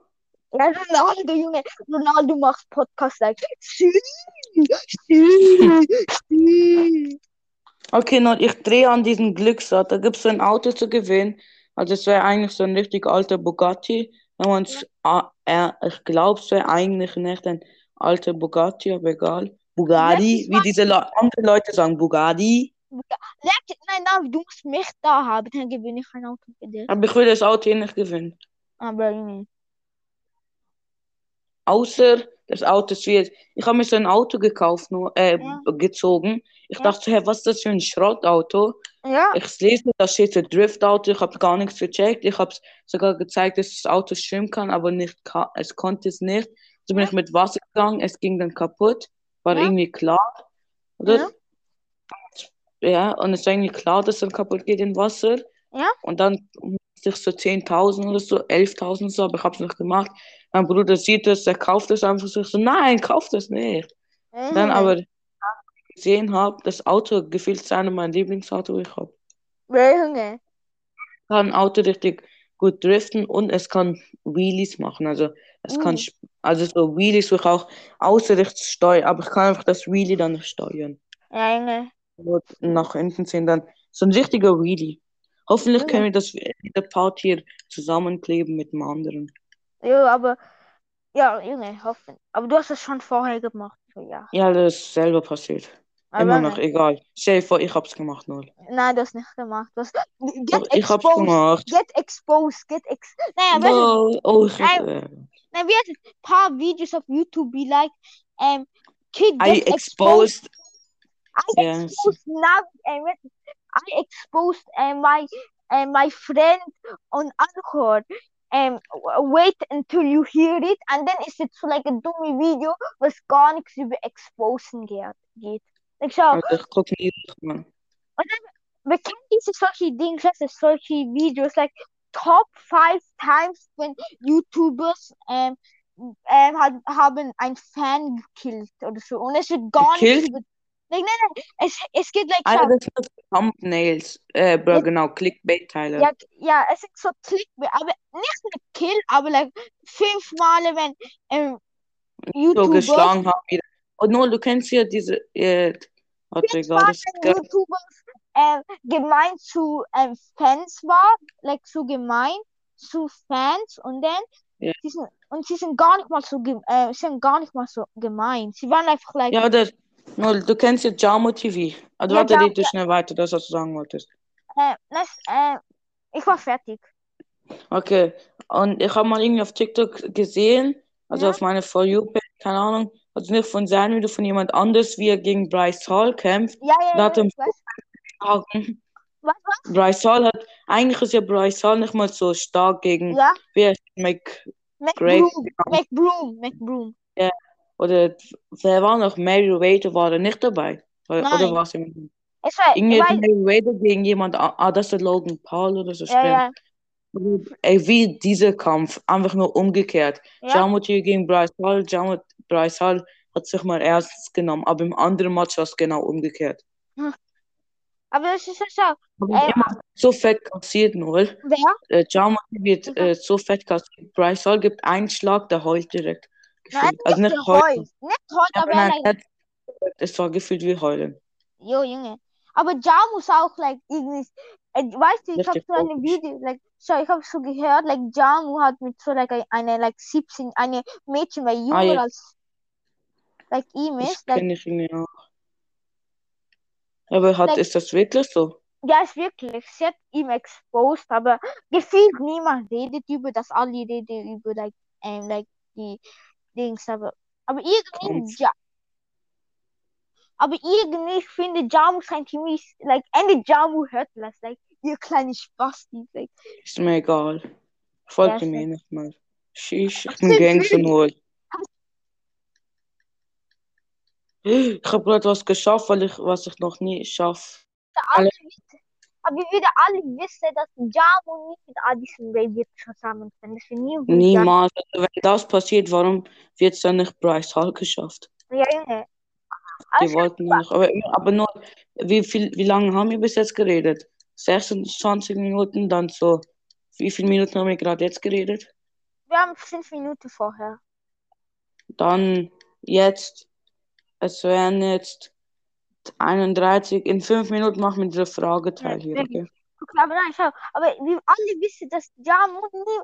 S2: Ja, Ronaldo, Junge, Ronaldo macht Podcast like, "Sü, sü, sü."
S1: Okay, und ich drehe an diesen Glücksrad. Da gibt es so ein Auto zu gewinnen. Also es wäre eigentlich so ein richtig alter Bugatti. Wenn man's, ah, äh, ich glaube, es wäre eigentlich nicht ein alter Bugatti, aber egal.
S2: Letztes
S1: Bugatti, wie
S2: Mal,
S1: diese Le anderen Leute sagen, Bugatti.
S2: letztes, nein, nein, du musst mich da haben, dann gewinne ich ein Auto für dich.
S1: Aber ich will das Auto eh nicht gewinnen.
S2: Aber, Junge,
S1: Außer das Auto ist wird. Ich habe mir so ein Auto gekauft, nur, äh,
S2: ja,
S1: gezogen. Ich
S2: ja,
S1: dachte, hey, was ist das für ein Schrottauto?
S2: ja.
S1: Ich lese, da steht so Driftauto, ich habe gar nichts gecheckt. Ich habe sogar gezeigt, dass das Auto schwimmen kann, aber nicht ka es konnte es nicht. So bin
S2: Ja,
S1: ich mit Wasser gegangen, es ging dann kaputt. War
S2: ja,
S1: irgendwie klar, oder?
S2: ja,
S1: Ja, und es war irgendwie klar, dass dann kaputt geht in Wasser.
S2: ja,
S1: Und dann musste ich so 10.000 oder so, 11.000 so, aber ich habe es nicht gemacht. Mein Bruder sieht das, der kauft das einfach so. Ich so, nein, kauft das nicht. Dann
S2: Junge.
S1: aber gesehen habe, das Auto gefühlt ist einer meiner Lieblingsauto, die ich habe.
S2: Bro, Junge.
S1: kann ein Auto richtig gut driften und es kann Wheelies machen. Also es kann
S2: Uh,
S1: sch- also so Wheelies wo ich auch ausrichts steuern, aber ich kann einfach das Wheelie dann nicht steuern.
S2: ja, Junge.
S1: Nur nach hinten ziehen dann so ein richtiger Wheelie. Hoffentlich können
S2: Junge.
S1: wir das wieder Part hier zusammenkleben mit dem anderen.
S2: Ja, aber, ja, Junge, hoffen. Aber du hast es schon vorher gemacht, so, ja.
S1: Ja, das ist selber passiert. Immer
S2: Aber,
S1: noch,
S2: Junge.
S1: egal. Stell dir vor, ich hab's gemacht, null.
S2: Nein, du hast nicht gemacht. Du hast, get
S1: Doch, ich hab's
S2: exposed.
S1: gemacht.
S2: Get exposed. Get ex. Nou Naja, weißt
S1: No.
S2: du,
S1: Oh, ich,
S2: nein,
S1: äh,
S2: nein, wir hatten ein paar Videos auf YouTube, wie like, ähm, Kid
S1: I
S2: gets exposed.
S1: exposed.
S2: I
S1: Yes.
S2: exposed now, ähm, weißt du, I exposed ähm, my, ähm, my friend on Anchor. Ähm, w- wait until you hear it. And then ist jetzt so like ein dummes Video, was gar nichts über Exposen geht. geht. Ich schau,
S1: Also ich guck nie, Mann.
S2: und dann bekannt diese solche Dinge, weißt du, solche Videos, like top five times when YouTubers ähm, ähm, hat, haben einen Fan gekillt oder so. Und es wird gar nichts
S1: Gekillt?
S2: über. Nein, nein, nein. Es, es geht like,
S1: Ah,
S2: schau.
S1: das sind Thumbnails. Äh, bro,
S2: Ja,
S1: genau, Clickbait-Teile.
S2: ja, ja, es ist so klick, aber nicht mit Kill, aber like fünf Male, wenn ähm,
S1: So
S2: YouTubers,
S1: geschlagen haben wieder. Oh no, du kennst ja diese. Äh, warte,
S2: fünf
S1: egal,
S2: Mal,
S1: das ist
S2: wenn
S1: geil.
S2: YouTubers ähm, gemein zu ähm, Fans war, like zu gemein zu Fans und dann
S1: Ja,
S2: sie sind, und sie sind gar nicht mal so gem- äh, sind gar nicht mal so gemein. Sie waren einfach like
S1: ja oder. No, du kennst ja Jamo TV. Also
S2: ja
S1: warte,
S2: da
S1: red du schnell weiter, das, was du sagen wolltest.
S2: äh, das, äh, ich war fertig.
S1: Okay, und ich habe mal irgendwie auf TikTok gesehen, also
S2: Ja?
S1: auf meine For You-Page, keine Ahnung, also nicht von seinem Video, von jemand anders, wie er gegen Bryce Hall kämpft.
S2: Ja, ja,
S1: Und da
S2: ja,
S1: hat er
S2: Äh, ich weiß.
S1: Fragen.
S2: Was, was?
S1: Bryce Hall hat, eigentlich ist ja Bryce Hall nicht mal so stark gegen,
S2: Ja,
S1: wie heißt er, Mc, Greg,
S2: McBroom, McBroom, McBroom.
S1: ja. Oder wer war noch? Mary Wader war da nicht dabei. Oder, oder
S2: Nein.
S1: war es jemand?
S2: Es war,
S1: Irgendwie hat
S2: weil,
S1: Mary Wader gegen jemand, a- ah, das ist Logan Paul oder so,
S2: ja,
S1: stimmt.
S2: ja,
S1: Ey, wie dieser Kampf, einfach nur umgekehrt.
S2: ja,
S1: Jamut hier gegen Bryce Hall, Jamut, Bryce Hall hat sich mal ernst genommen, aber im anderen Match war es genau umgekehrt.
S2: Hm. aber das ist ja so,
S1: Aber
S2: ähm,
S1: jemand hat so fett kassiert, Noel.
S2: wer?
S1: Äh, Jamut wird
S2: Ich hab,
S1: äh, so fett kassiert. Bryce Hall gibt einen Schlag, der heult direkt.
S2: nein,
S1: Gefühlt. Also
S2: nicht
S1: nicht heulen,
S2: geheult, nicht geheult,
S1: aber
S2: aber er,
S1: nein,
S2: like,
S1: nicht, es war gefühlt wie heulen.
S2: jo, Junge, aber Jamus auch, like, irgendwie, äh, weißt du, ich hab
S1: Richtig
S2: so eine
S1: komisch.
S2: Video, like, so, ich hab so gehört, like, Jamu hat mit so, like, eine, like, 17, eine Mädchen, weil
S1: Ah,
S2: jünger
S1: jetzt,
S2: als, like, ihm
S1: das
S2: ist, like,
S1: kenne ich irgendwie auch. Aber hat,
S2: Like,
S1: ist das wirklich so?
S2: ja, ist wirklich. Sie hat ihm exposed, aber gefühlt niemand redet über das. Alle reden über, like, ähm, like, die Dings, aber, aber irgendwie,
S1: Kampf.
S2: ja, aber irgendwie, ich finde Jamu sein Team ist, like, Ende Jamu hört das, like, ihr kleine Spasti, like,
S1: Ist mir egal. Voll
S2: ja, ist
S1: gemein nochmal. Sheesh, ich bin Gang schon
S2: like,
S1: hohl. Ich habe gerade was geschafft, weil ich, was ich noch nie schaffe.
S2: alle wissen, aber wir würden alle wissen, dass Jamu nicht mit Addison Baby zusammen sind. Das wir nie wie Jamu.
S1: Niemals. Also wenn das passiert, warum wird es dann nicht Bryce Hall geschafft?
S2: Ja, Junge.
S1: Die
S2: Also, Alles
S1: wollten ja noch. Aber, aber nur, wie viel, wie lange haben wir bis jetzt geredet? 26 Minuten, dann so. Wie viele Minuten haben wir gerade jetzt geredet?
S2: Wir haben fünf Minuten vorher.
S1: Dann jetzt, es wären jetzt 31. In fünf Minuten machen wir diese
S2: Ja,
S1: Frageteil hier,
S2: wirklich.
S1: okay?
S2: Okay, aber nein, schau. Aber wir alle wissen, dass Jamu nie.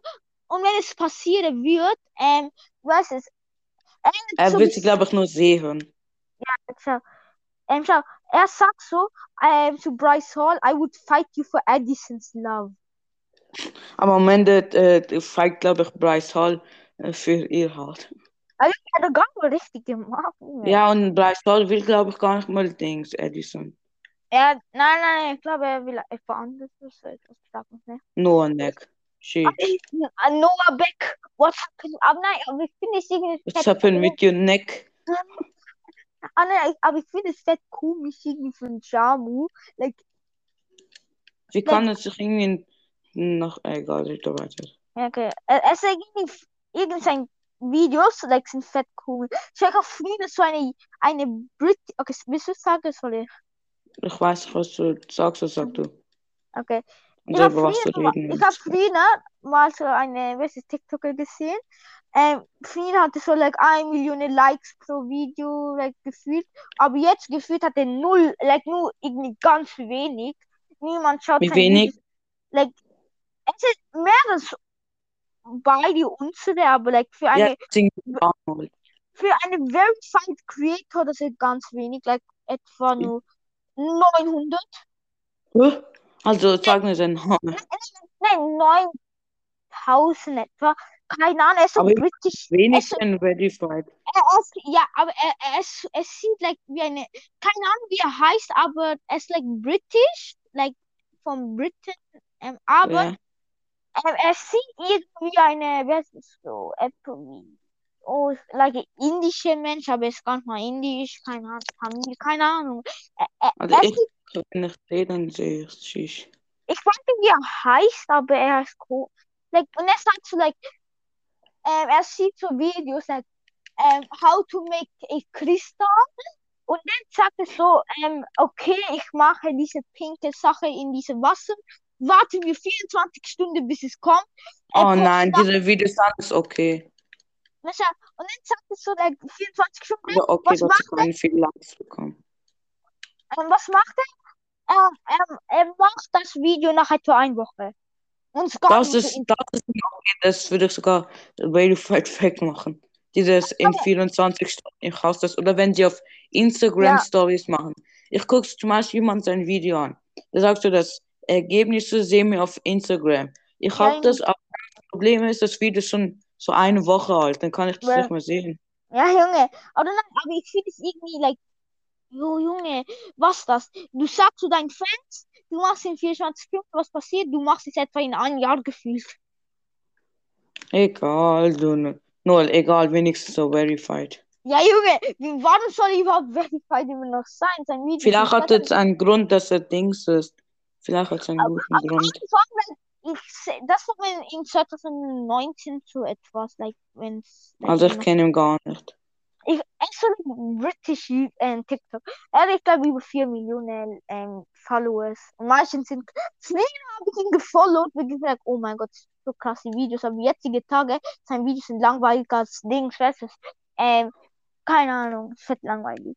S2: Und wenn es passieren wird, ähm, was ist, endet
S1: Er wird sie,
S2: sowieso.
S1: glaube ich, nur sehen.
S2: Schau, ähm, schau. Er sagt so, ähm, zu Bryce Hall, I would fight you for Addison's love.
S1: Aber am Ende äh, fight, glaube ich, Bryce Hall äh, für ihr halt.
S2: Also, er hat doch gar nicht richtig gemacht, Junge.
S1: Ja, und Bryce Hall will, glaube ich, gar nicht mal Dings, Edison.
S2: Er, nein, nein, ich glaube, er will etwas anderes. Ich sag nicht, ne?
S1: Noah Neck. Sheesh.
S2: Ah, Noah Beck, what happened? Aber nein, aber ich finde es irgendwie
S1: What's
S2: fett
S1: happened
S2: komisch.
S1: with your neck?
S2: Ah, nein, ich- aber ich finde es fett komisch irgendwie von Jamu. Like,
S1: Wie
S2: like,
S1: kann es sich irgendwie noch egal, rede weiter.
S2: ja, okay. Er, er sagt irgendwie, f- irgend sein Videos, like, sind fett komisch. Ich sag auch früher so eine, eine Brit, okay, willst du sagen, sorry.
S1: Ich weiß nicht, was du sagst, was sagst du.
S2: Okay. Ich
S1: Und
S2: habe
S1: über
S2: früher,
S1: was zu
S2: mal-
S1: reden
S2: ich
S1: und
S2: habe
S1: so.
S2: früher mal so eine, weißt du, TikToker gesehen. Ähm, früher hatte so like 1 Million Likes pro Video, like gefühlt. Aber jetzt gefühlt hat er null, like nur irgendwie ganz wenig. Niemand schaut
S1: Wie
S2: sein Video.
S1: wenig?
S2: Like, es ist mehr als beide unsere, aber um like für
S1: Ja,
S2: eine,
S1: sing mal.
S2: für eine Verified Creator, das ist ganz wenig, like etwa nur 900.
S1: Huh? Also sag mir seinen Namen.
S2: Nein, 9000 etwa. Keine Ahnung, er ist so
S1: Aber
S2: britisch. Er ist
S1: wenig
S2: so
S1: sind verified.
S2: Er ist, ja, aber er, er ist, es sieht like wie eine, keine Ahnung wie er heißt, aber er ist like British, like von Britain, ähm, aber
S1: Ja.
S2: ähm, er sieht irgendwie eine, was ist so, etwa wie, oh, like ein indischer Mensch, aber er ist gar nicht mal indisch, keine Ahnung, Tamil, keine Ahnung. Er, er,
S1: Also
S2: er
S1: ich
S2: sieht,
S1: kann nicht reden, sehe ich. Sheesh.
S2: ich weiß nicht wie er heißt, aber er ist cool. Like, und er sagt so like, ähm, er sieht so Videos like, ähm, how to make a crystal. Und dann sagt er so, ähm, okay, ich mache diese pinke Sache in diesem Wasser. Warten wir 24 Stunden, bis es kommt. Er
S1: Oh
S2: postet
S1: nein,
S2: das.
S1: diese Videos sind alles okay.
S2: Und dann sagt er so, like, 24 Stunden,
S1: Aber okay,
S2: was
S1: dass ich
S2: macht
S1: keine vielen Likes bekomme.
S2: er? Ähm, was macht er? Ähm, ähm, er macht das Video nach etwa einer Woche. Und es gar
S1: Das
S2: nicht so
S1: ist,
S2: in.
S1: das ist nicht okay, das würde ich sogar verified fake machen. Dieses in 24 Stunden, ich hasse das. Oder wenn sie auf Instagram
S2: Ja,
S1: Stories machen. Ich gucke zum Beispiel jemand sein Video an. Da sagst du, das Ergebnisse sehen wir auf Instagram. Ich
S2: ja,
S1: habe
S2: Junge.
S1: das, aber das Problem ist, das Video ist schon so eine Woche alt. Dann kann ich das
S2: Well,
S1: nicht mehr sehen.
S2: Ja, Junge. Aber, dann, aber ich finde es irgendwie, like, Jo, Junge, was das? Du sagst zu deinen Fans, du machst in 24 Stunden was passiert, du machst es etwa in einem Jahr gefühlt.
S1: Egal, du. Null, egal, wenigstens so verified.
S2: Ja, Junge, wie- warum soll ich überhaupt verified immer noch sein? Sein Video sind
S1: Vielleicht hat
S2: fett.
S1: es einen Grund, dass er Dings ist. Vielleicht hat es einen
S2: Aber,
S1: guten
S2: aber
S1: Grund.
S2: irgendwann, wenn ich, se- das war in, in 2019 so etwas, like, wenn es, like,
S1: Also ich
S2: jemand,
S1: kenne ihn gar nicht.
S2: ich, er ist so ein British Ju- äh, TikTok. Er hat, ich glaube, über 4 Millionen ähm, Followers. Und manche sind, früher habe ich ihn gefollowt, weil ich gesagt, oh mein Gott, so krasse Videos. Aber jetzige Tage, seine Videos sind langweilig als Ding, ich weiß nicht. Ähm, keine Ahnung, fett langweilig.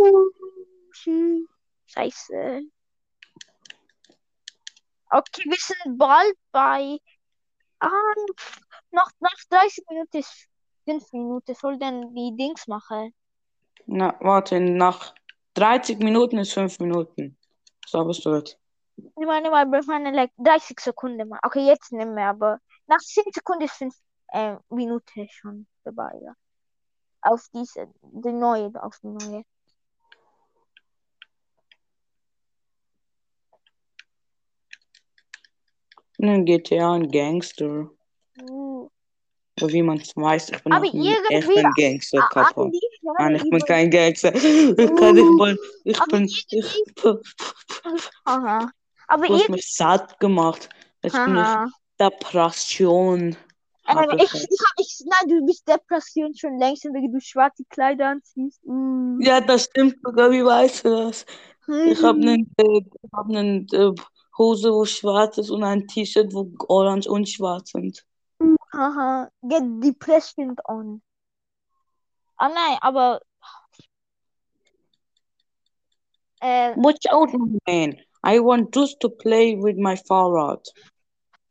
S2: Oh, tschüss. Scheiße. Okay, wir sind bald bei. Ah, noch, nach 30 Minuten ist 5 Minuten. Soll denn die Dings machen?
S1: Na, warte, nach 30 Minuten ist 5 Minuten. So bist du jetzt.
S2: Ich meine mal, wir meine like 30 Sekunden mal. Okay, jetzt nicht mehr, aber nach 10 Sekunden ist 5 äh, Minuten schon vorbei. Ja. Auf diese, die neue, auf die neue.
S1: In GTA ein Gangster.
S2: Hm.
S1: Aber wie man es weiß, ich bin
S2: Aber
S1: auch ein echt
S2: irgendwie-
S1: ein Gangster,
S2: Ah, ah,
S1: Kappa.
S2: die
S1: Nein,
S2: hören
S1: ich bin
S2: über-
S1: kein Gangster. Ich kann nicht mal. Ich
S2: Mhm. Aber
S1: bin. Ich
S2: Aha. Aber
S1: Du hast
S2: irgendwie.
S1: mich satt gemacht. Jetzt bin ich
S2: Aha.
S1: Depression.
S2: Ähm,
S1: Hab ich
S2: ich,
S1: halt.
S2: ich, ich, nein, du bist Depression schon längst, wenn du schwarze Kleider anziehst. Mm. Hm,
S1: Ja, das stimmt sogar. Wie weißt du das? Ich
S2: Mhm.
S1: habe einen, äh, ich hab einen äh, Hose, wo schwarz ist und ein T-Shirt, wo orange und schwarz sind.
S2: Aha, get depression on. Ah nein, aber äh,
S1: Watch out, my man. I want just to play with my forehead.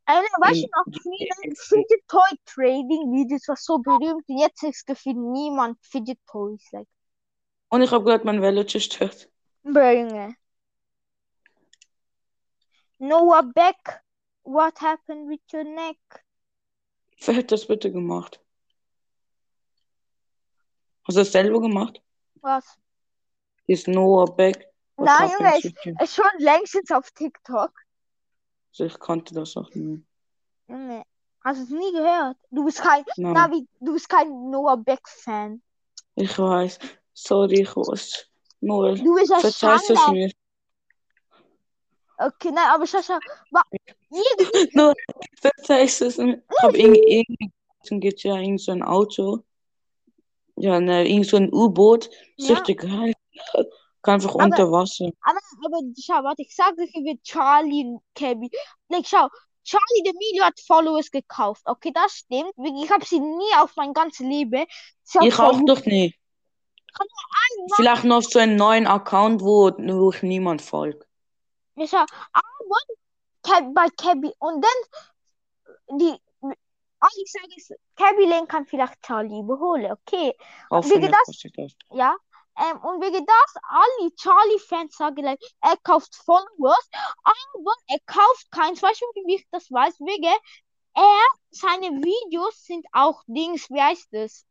S2: eine, weißt du
S1: In-
S2: noch, früher Fidget Toy Trading Videos war so berühmt und jetzt ist gefühlt niemand Fidget Toys. Like,
S1: Und ich habe gehört, mein Velo zerstört.
S2: bro, Junge. Noah Beck, what happened with your neck?
S1: Wer hat das bitte gemacht? Hast du das selber gemacht?
S2: Was?
S1: Ist Noah Beck? What
S2: Nein,
S1: happened
S2: Junge,
S1: to
S2: ich,
S1: you?
S2: ich Äh, schon längstens auf TikTok.
S1: Also ich kannte das auch nie.
S2: Junge, hast du es nie gehört? Du bist kein,
S1: Nein,
S2: Navi, du bist kein Noah Beck Fan.
S1: ich weiß. Sorry, ich weiß. Noel,
S2: Du bist ein
S1: verzeihst es
S2: Schande.
S1: mir?
S2: Okay, nein, aber schau, schau. wa- Irgendwie,
S1: Noel, verzeihst es mir? Ich hab irgendwie, irgendwie gibt's ja irgend so ein Auto. Ja, ne, irgend so ein U-Boot.
S2: Ja.
S1: Süchtig geil. Kann einfach
S2: Aber-
S1: unter Wasser.
S2: aber, aber schau, warte, ich sag dir, wie Charlie und Kevin. Like, schau, Charlie D'Amelio hat Followers gekauft. Okay, das stimmt. Ich habe sie nie auf mein ganzes Leben. Sie hat
S1: Ich
S2: voll-
S1: auch doch nicht. Vielleicht noch so einen neuen Account, wo, wo ich niemand folge.
S2: Ja, schau, aber Ke bei Kevin. Und dann, die, all ich sage ist, Kevin Lane kann vielleicht Charlie überholen. Okay,
S1: Hoffentlich
S2: das-
S1: passiert das.
S2: ja. Ähm, und wegen das, alle Charlie-Fans sagen, like, er kauft Followers, aber er kauft keins. Weißt du, wie ich das weiß? Wegen, er, seine Videos sind auch Dings, wie heißt das?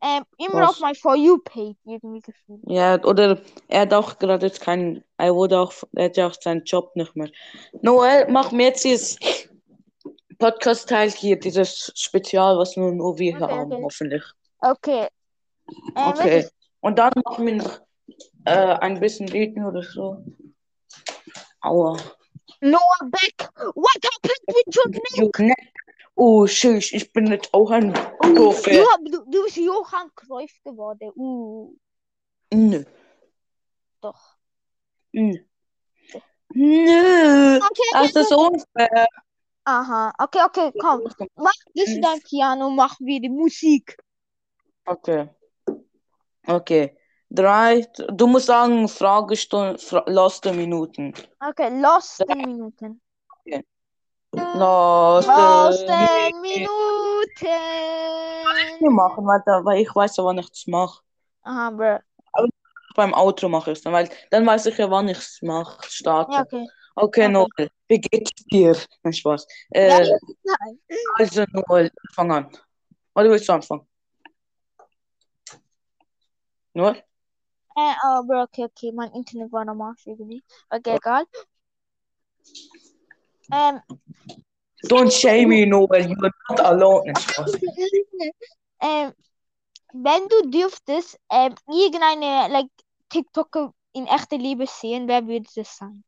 S2: Ähm, immer
S1: Was?
S2: auf my For You-Page irgendwie gefühlt.
S1: Ja, oder er hat auch gerade jetzt keinen, er wurde auch, er hat ja auch seinen Job nicht mehr. Noel, mach mir jetzt dieses Podcast-Teil hier, dieses Spezial, was nur, nur wir hier
S2: Okay,
S1: haben,
S2: okay.
S1: hoffentlich.
S2: Okay. Ähm,
S1: Okay.
S2: es ist-
S1: Und dann machen wir noch äh, ein bisschen Reden oder so. Aua.
S2: Noah Beck, what happened with your name?
S1: Jo, ne? Oh, tschüss, ich bin jetzt auch ein
S2: Du,
S1: Profi.
S2: hab- du, du bist Johann Cruyff geworden. Uh,
S1: Nö.
S2: doch.
S1: Nö. Nö.
S2: Okay,
S1: Das ist unfair.
S2: Aha, okay, okay, komm. Mach das dein Piano, mach wieder Musik.
S1: Okay. Okay. Drei. Du musst sagen, Fragestunde, Fra letzte Minuten.
S2: Okay, lost in Minuten.
S1: Letzte
S2: Lost in
S1: eh, Minuten. Wir
S2: Minuten.
S1: machen weiter, weil ich weiß ja, wann ich es mache.
S2: Aha, bro.
S1: Beim Outro mache ich es dann, weil dann weiß ich ja, wann ich es mache. Starte.
S2: Ja, okay.
S1: Okay,
S2: Okay.
S1: Noel, wie geht's dir? Nein, Spaß.
S2: Nein,
S1: Äh,
S2: nein.
S1: also, Noel, fang an. Oder willst du anfangen? Noel?
S2: Äh, oh, bro, okay, okay. Mein Internet war normal irgendwie. Okay, egal. Ähm,
S1: Don't shame me, Noel, you're not alone. Nein, Spaß.
S2: ähm, wenn du dürftest, ähm, irgendeine, like, TikToker in echter Liebe sehen, wer würde das sein?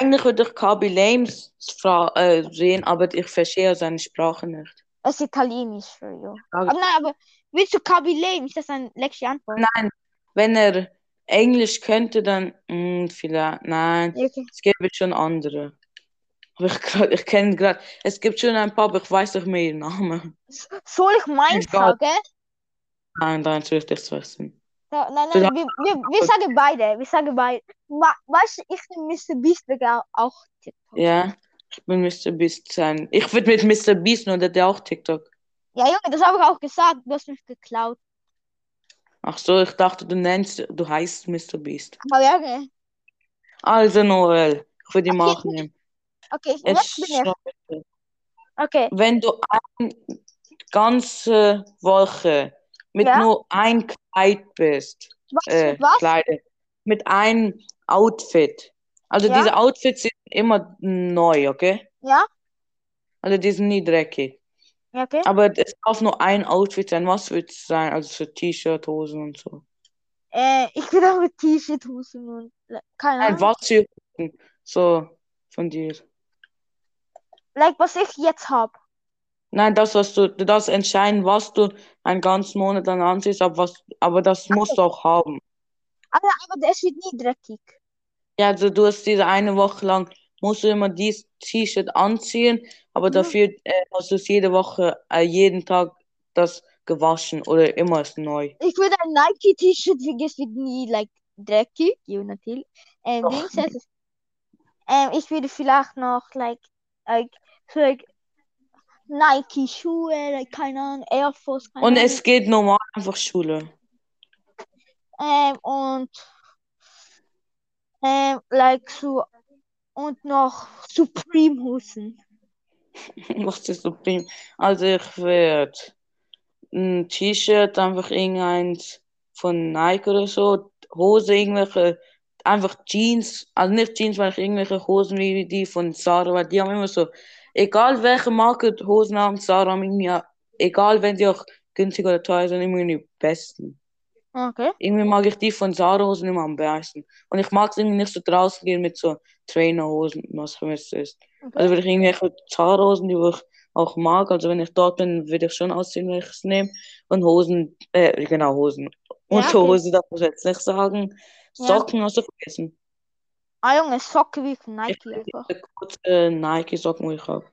S1: Eigentlich würde ich Kaby Lames fra- äh, sehen, aber ich verstehe seine Sprache nicht.
S2: Es ist italienisch für you.
S1: Frage-
S2: Aber nein, aber willst du Kaby Lame? Ist das eine leckere Antwort?
S1: Nein, wenn er Englisch könnte, dann mm, vielleicht. Nein,
S2: Ja, Okay.
S1: es gibt schon andere. Aber ich, grad- ich kenne gerade. Es gibt schon ein paar, aber ich weiß nicht mehr ihren Namen.
S2: Soll ich meins
S1: Egal.
S2: sagen?
S1: Nein, nein, es wird nichts wissen.
S2: Ja, nein,
S1: So,
S2: nein,
S1: dann-
S2: wir, wir, wir sagen beide. Wir sagen beide. Ma, weißt du, ich bin Mr. Beast wegen auch TikTok.
S1: Ja, ich bin Mr. Beast sein. Ich würde mit Mr. Beast, nur der hat ja auch TikTok.
S2: Ja, Junge, das habe ich auch gesagt. Du hast mich geklaut.
S1: Ach so, ich dachte, du nennst, du heißt Mr. Beast.
S2: Aber ja, okay.
S1: Also, Noel, ich würde ihn
S2: Okay.
S1: auch nehmen.
S2: Okay, jetzt
S1: Jetzt,
S2: bin ich.
S1: schau,
S2: Okay,
S1: wenn du eine ganze Woche mit
S2: Ja?
S1: nur ein Kleid bist,
S2: was?
S1: äh,
S2: Mit was?
S1: Kleide, mit einem Outfit. Also
S2: Ja?
S1: diese Outfits sind immer neu, okay?
S2: Ja?
S1: Also die sind nie dreckig.
S2: Ja, okay.
S1: Aber es darf nur ein Outfit sein. Was wird es sein? Also so T-Shirt, Hosen und so.
S2: Äh, ich bin auch mit T-Shirt, Hosen und keine
S1: Nein,
S2: Ahnung.
S1: was für Hosen? So von dir.
S2: Like, was ich jetzt habe.
S1: Nein, das, was du, du darfst entscheiden, was du einen ganzen Monat dann anziehst, aber, was, aber das musst
S2: Also
S1: du auch haben.
S2: Aber, aber der ist nie dreckig.
S1: Ja, also du hast diese eine Woche lang, musst du immer dieses T-Shirt anziehen, aber
S2: Mhm.
S1: dafür äh, hast du es jede Woche, äh, jeden Tag das gewaschen oder immer ist neu.
S2: Ich würde ein Nike-T-Shirt, wie es wird nie, like, dreckig. Ja, natürlich. Ähm,
S1: Doch.
S2: links heißt es. Ähm, ich würde vielleicht noch, like, like, so, like Nike-Schuhe, like, keine Ahnung, Air Force, keine
S1: Und
S2: Ahnung.
S1: es geht normal einfach Schule.
S2: Ähm, und, ähm, like, so, und noch Supreme-Hosen.
S1: Was ist so prim? Also ich werde ein T-Shirt, einfach irgendeins von Nike oder so, Hose, irgendwelche, einfach Jeans, also nicht Jeans, sondern irgendwelche Hosen wie die von Zara, weil die haben immer so, egal welche Marke die Hosen haben, Zara haben irgendwie, egal wenn die auch günstig oder teuer sind, immer die besten.
S2: Okay.
S1: Irgendwie mag ich die von Zara Hosen immer am meisten. Und ich mag es irgendwie nicht so draußen gehen mit so Trainerhosen, was vermisst ist.
S2: Okay.
S1: Also würde ich irgendwelche Zahnhosen, die ich auch mag. Also wenn ich dort bin, würde ich schon aussehen, wenn ich es nehme. Und Hosen, äh, genau, Hosen.
S2: Ja, okay.
S1: Unterhose darf ich jetzt nicht sagen.
S2: Ja.
S1: Socken hast du vergessen.
S2: Ah, Junge, Socken wie von
S1: Ich
S2: Nike einfach.
S1: würde kurze äh, Nike-Socken, die ich habe.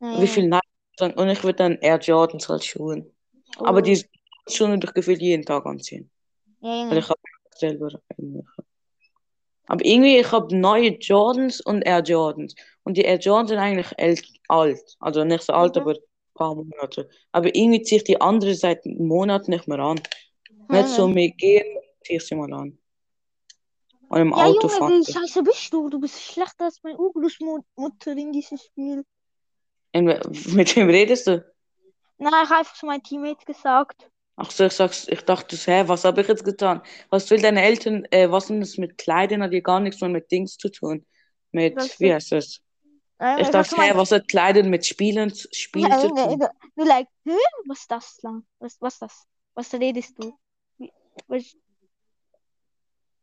S1: Wie
S2: Nee.
S1: viel Nike? Und ich würde dann Air Jordans als Schuhen. Aber
S2: Oh.
S1: die Schuhe würde ich gefühlt jeden Tag anziehen.
S2: Ja,
S1: Weil
S2: Junge.
S1: ich habe selber irgendwelche. Aber irgendwie, ich habe neue Jordans und Air Jordans. Und die Air Jordans sind eigentlich el- alt. Also nicht so alt,
S2: Mhm.
S1: aber ein paar Monate. Aber irgendwie ziehe ich die andere seit einem Monat nicht mehr an. Nicht so
S2: Junge.
S1: mehr gehen, ziehe ich sie mal an. Und im
S2: Ja,
S1: Auto
S2: Junge,
S1: fahren.
S2: wie scheiße bist du? Du bist schlechter als meine Urgroßmutter in diesem Spiel.
S1: Und we- mit wem redest du?
S2: Nein, ich habe einfach zu meinem Teammate gesagt.
S1: Ach so, ich sag's, ich dachte, hä, was habe ich jetzt getan? Was will deine Eltern, äh, was sind das mit Kleidern? Hat ja gar nichts mehr mit Dings zu tun. Mit,
S2: Das
S1: wie
S2: ist,
S1: heißt das?
S2: nein,
S1: Ich
S2: ich habe zu
S1: dachte, hä,
S2: meinem
S1: was hat Kleidern mit Spielen, Spiel zu
S2: Junge,
S1: tun?
S2: Junge. Du like, hä? Was ist das lang? Was, was ist das? Was redest du? Wie- Was?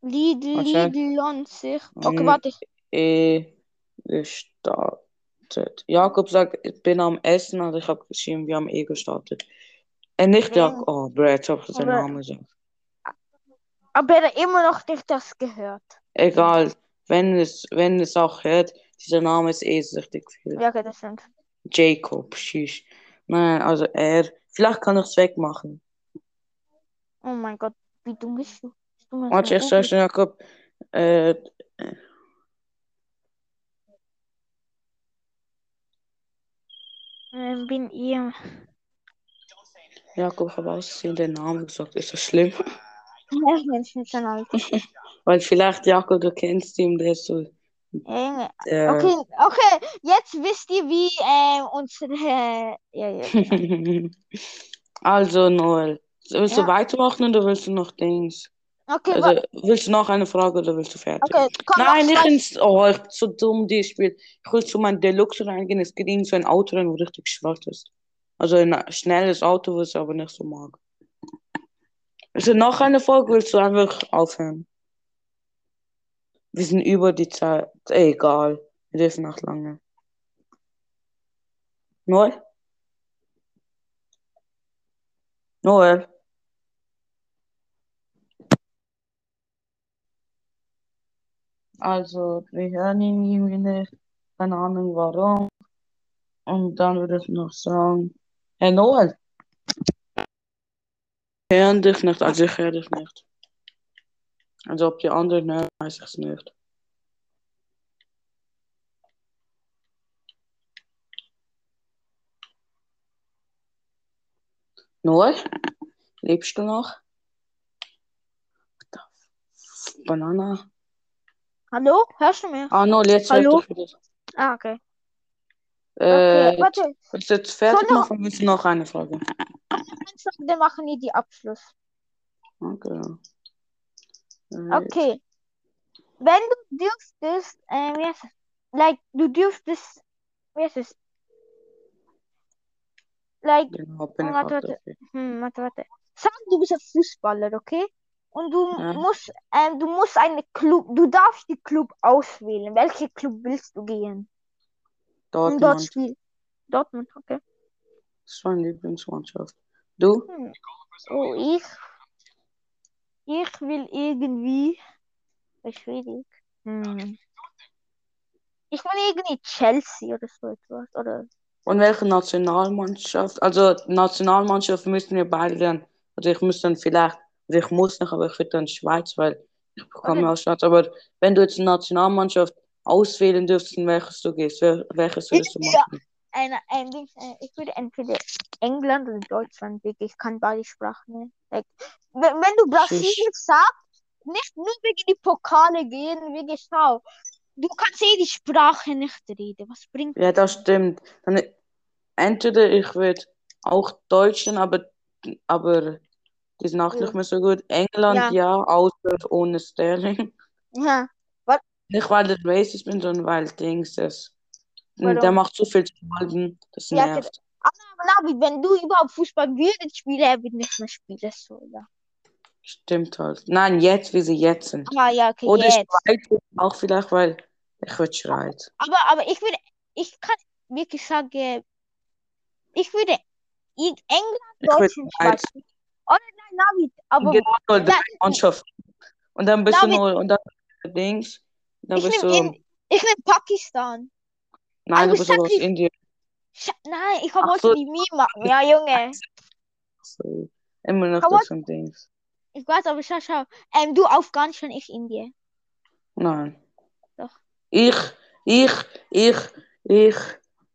S2: Lidl,
S1: Anscheinend.
S2: Lidl und sich. Okay,
S1: Ähm,
S2: warte.
S1: eh gestartet. Jakob sagt, ich bin am Essen, also ich habe geschrieben, wir haben eh gestartet. Äh, nicht
S2: Ja,
S1: Jakob, oh, Bro, jetzt habe ich seinen
S2: aber,
S1: Namen gesagt.
S2: aber er hat immer noch nicht das gehört.
S1: Egal, wenn es, wenn es auch hört, dieser Name ist eh richtig viel.
S2: Ja, okay, das stimmt.
S1: Jacob, sheesh. Nein, also er, vielleicht kann ich es wegmachen.
S2: Oh mein Gott, wie dumm bist du? Bist du mal so
S1: Warte, ich sage
S2: Urgroß?
S1: schon, Jakob, äh,
S2: Ähm, bin ihr.
S1: Jakob, ich habe aussehen den Namen gesagt, ist das schlimm?
S2: Ja, Menschen schon alt.
S1: Weil vielleicht, Jakob, du kennst ihn, der ist so,
S2: Junge.
S1: äh,
S2: Okay, okay, jetzt wisst ihr, wie ähm, unsere. Ja, ja, genau.
S1: Also, Noel, willst du
S2: Ja.
S1: weitermachen oder willst du noch Dings?
S2: Okay, wa
S1: Also, willst du noch eine Frage oder willst du fertig?
S2: okay, komm noch
S1: Nein, nicht
S2: zwei.
S1: ins. Oh, ich bin so dumm, dieses Spiel. Ich will zu meinem Deluxe reingehen. Es geht irgend so ein Auto rein, wo richtig schwarz ist. Also ein schnelles Auto, was ich aber nicht so mag. Ist also, noch eine Folge, willst du einfach aufhören? Wir sind über die Zeit. Egal. Wir dürfen noch lange. Noel? Noel? Also, wir hören ihn irgendwie nicht. Keine Ahnung warum. Und dann würde ich noch sagen, Herr Noel, hören dich nicht, also ich höre dich nicht. Alsof die andere naar zich snuift. Noor, lebst du noch? Banana.
S2: Hallo? Hörst du mich?
S1: Ah, Noor, jetzt
S2: Hallo?
S1: hört er wieder.
S2: Ah, okay.
S1: Äh,
S2: okay. Warte,
S1: willst du jetzt fertig
S2: Soll noch-
S1: machen? Willst du noch eine Frage?
S2: ganz lang, dann machen wir die Abschluss.
S1: Okay. Äh,
S2: Okay. Wenn du dürftest, ähm, wie heißt es? Like, du dürftest, wie heißt es? Like,
S1: Genau, bin ich
S2: Warte,
S1: auch
S2: warte.
S1: dafür.
S2: hm, warte, warte. Sag, du bist ein Fußballer, okay? Und du
S1: Ja.
S2: musst, ähm, du musst einen Club, du darfst die Club auswählen. Welche Club willst du gehen? Und dort
S1: Dortmund
S2: spielen. Dortmund, okay.
S1: ist meine Lieblingsmannschaft. Du?
S2: Hm. Oh, ich, ich will irgendwie, was will ich? Hm. Ich will irgendwie Chelsea oder so etwas, oder?
S1: Und welche Nationalmannschaft? Also Nationalmannschaft müssen wir beide dann. Also ich muss dann vielleicht, also ich muss nicht, aber ich würde dann Schweiz, weil ich komme
S2: Okay.
S1: aus Schweiz. Aber wenn du jetzt eine Nationalmannschaft auswählen dürftest, in welches du gehst, wel welches würdest du
S2: Ja.
S1: machen?
S2: Eine, ein Ding, äh, ich würde entweder England oder Deutschland wegen, ich kann beide Sprachen. ne? Like, wenn, wenn du Brasilien sagst, nicht nur wegen die Pokale gehen, wegen Schau. Du kannst eh die Sprache nicht reden. Was bringt
S1: Ja, das stimmt. Dann entweder ich würde auch Deutschen, aber, aber die sind auch nicht mehr so gut.
S2: Ja.
S1: England, ja, außer ohne Sterling.
S2: Ja.
S1: Nicht, weil ich racist bin, sondern weil Dings ist. Hm,
S2: Warum?
S1: Der macht zu viel zu halten, das
S2: Ja, genau.
S1: nervt.
S2: Aber Nabi, wenn du überhaupt Fußball würdest spielen, er wird nicht mehr spielen. So, ja.
S1: Stimmt halt. Nein, jetzt, wie sie jetzt sind.
S2: Ah ja, okay,
S1: Oder
S2: jetzt.
S1: Schweiz auch vielleicht, weil ich würde Schweiz.
S2: Aber, aber ich würde, ich kann wirklich sagen, ich würde in England,
S1: Ich würde
S2: Deutschland,
S1: Schweiz.
S2: Schweiz. Oder nein, Nabi, aber
S1: Genau, drei
S2: nein,
S1: Mannschaften. Und dann bist du
S2: David-
S1: nur, und dann Dings. Dann
S2: ich
S1: bist
S2: nehme
S1: du,
S2: in, ich nehm Pakistan.
S1: nein,
S2: aber
S1: du bist aber aus
S2: Sakri-
S1: Indien.
S2: Sch nein, ich habe
S1: Ach
S2: heute
S1: so.
S2: die Mima. Ja, Junge.
S1: So, Immer noch
S2: Aber-
S1: das und Dings.
S2: Ich weiß, aber schau, schau. Ähm, du Afghanistan, ich Indien.
S1: Nein.
S2: Doch.
S1: Ich, ich, ich, ich.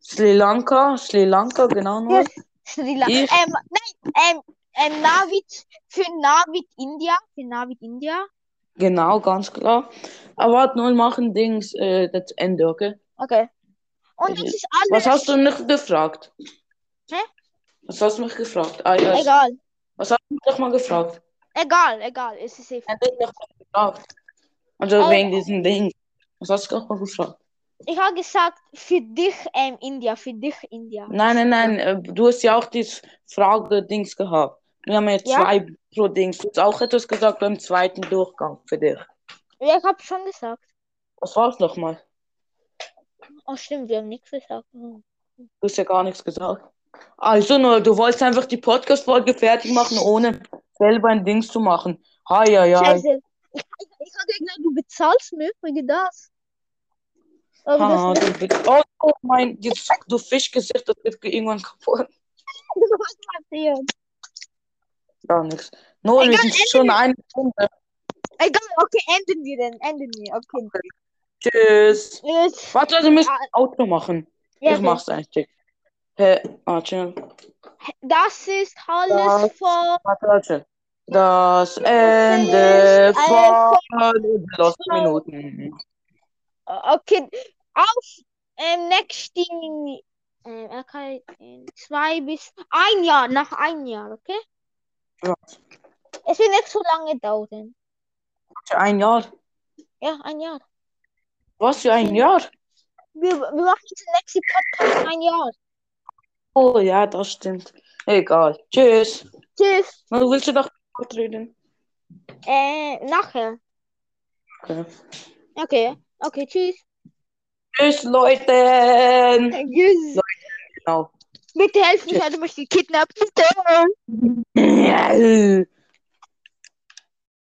S1: Sri Lanka, Sri Lanka, genau nur.
S2: Ja, Sri Lanka.
S1: Ich-
S2: Ähm, nein, ähm, ähm, Navid, für Navid India. Für Navid India.
S1: Genau, ganz klar. Aber warte, nur machen Dings äh, das Ende, okay?
S2: Okay. Und
S1: Okay.
S2: das ist
S1: Mhm. Was
S2: alles.
S1: hast du nicht gefragt?
S2: Hä?
S1: Was hast du mich gefragt? Ah, ja.
S2: Egal,
S1: Was hast du mich nochmal gefragt?
S2: egal, egal. Es ist safe.
S1: Ja, du hast mich nochmal gefragt. Also
S2: Ähm.
S1: wegen diesem Ding. Was hast du nochmal gefragt?
S2: Ich habe gesagt, für dich, ähm, India. Für dich, India.
S1: Nein, nein, nein. äh, Du hast ja auch dieses Frage-Dings gehabt. Wir haben ja
S2: Ja?
S1: zwei pro Dings. Du hast auch etwas gesagt beim zweiten Durchgang für dich.
S2: Ja, ich habe schon gesagt.
S1: Was war's nochmal?
S2: Oh, stimmt, wir haben nichts gesagt. Hm.
S1: Du hast ja gar nichts gesagt. Also, Noel, du wolltest einfach die Podcast-Folge fertig machen, ohne selber ein Dings zu machen. Hi, ja, ja.
S2: Scheiße. Ich, ich, ich habe gesagt, du bezahlst mich wegen das. Aber das
S1: Ah,
S2: nicht.
S1: du bist- Oh, oh mein, dieses, du Fischgesicht, das wird irgendwann kaputt.
S2: Was passiert?
S1: Gar nichts. Noel, wir
S2: Egal,
S1: sind schon eine Stunde.
S2: Egal, okay, enden wir dann. Enden wir, okay.
S1: Tschüss.
S2: Tschüss.
S1: Warte, wir müssen ein Auto machen.
S2: Ah. Äh, Ja,
S1: Ich mach's eigentlich. Hä? Ah, Warte,
S2: Das ist
S1: Das
S2: alles von
S1: warte, warte. Das Ende
S2: ist, äh,
S1: von Lost Minuten.
S2: äh, Okay, auf ähm, nächsten ähm, okay, in zwei bis ein Jahr, nach ein Jahr, okay?
S1: Ja.
S2: Es wird nicht so lange dauern.
S1: Ein Jahr.
S2: Ja, ein Jahr.
S1: Was für ein Jahr?
S2: Wir, wir machen den nächsten Podcast ein Jahr.
S1: Oh ja, das stimmt. Egal. Tschüss.
S2: Tschüss.
S1: Na, willst du noch reden?
S2: Äh, nachher.
S1: Okay.
S2: Okay, okay, tschüss.
S1: Tschüss, Leute.
S2: Tschüss.
S1: Genau.
S2: Bitte helf mich,
S1: Tschüss.
S2: also mich gekidnappt. Bitte.
S1: Yeah.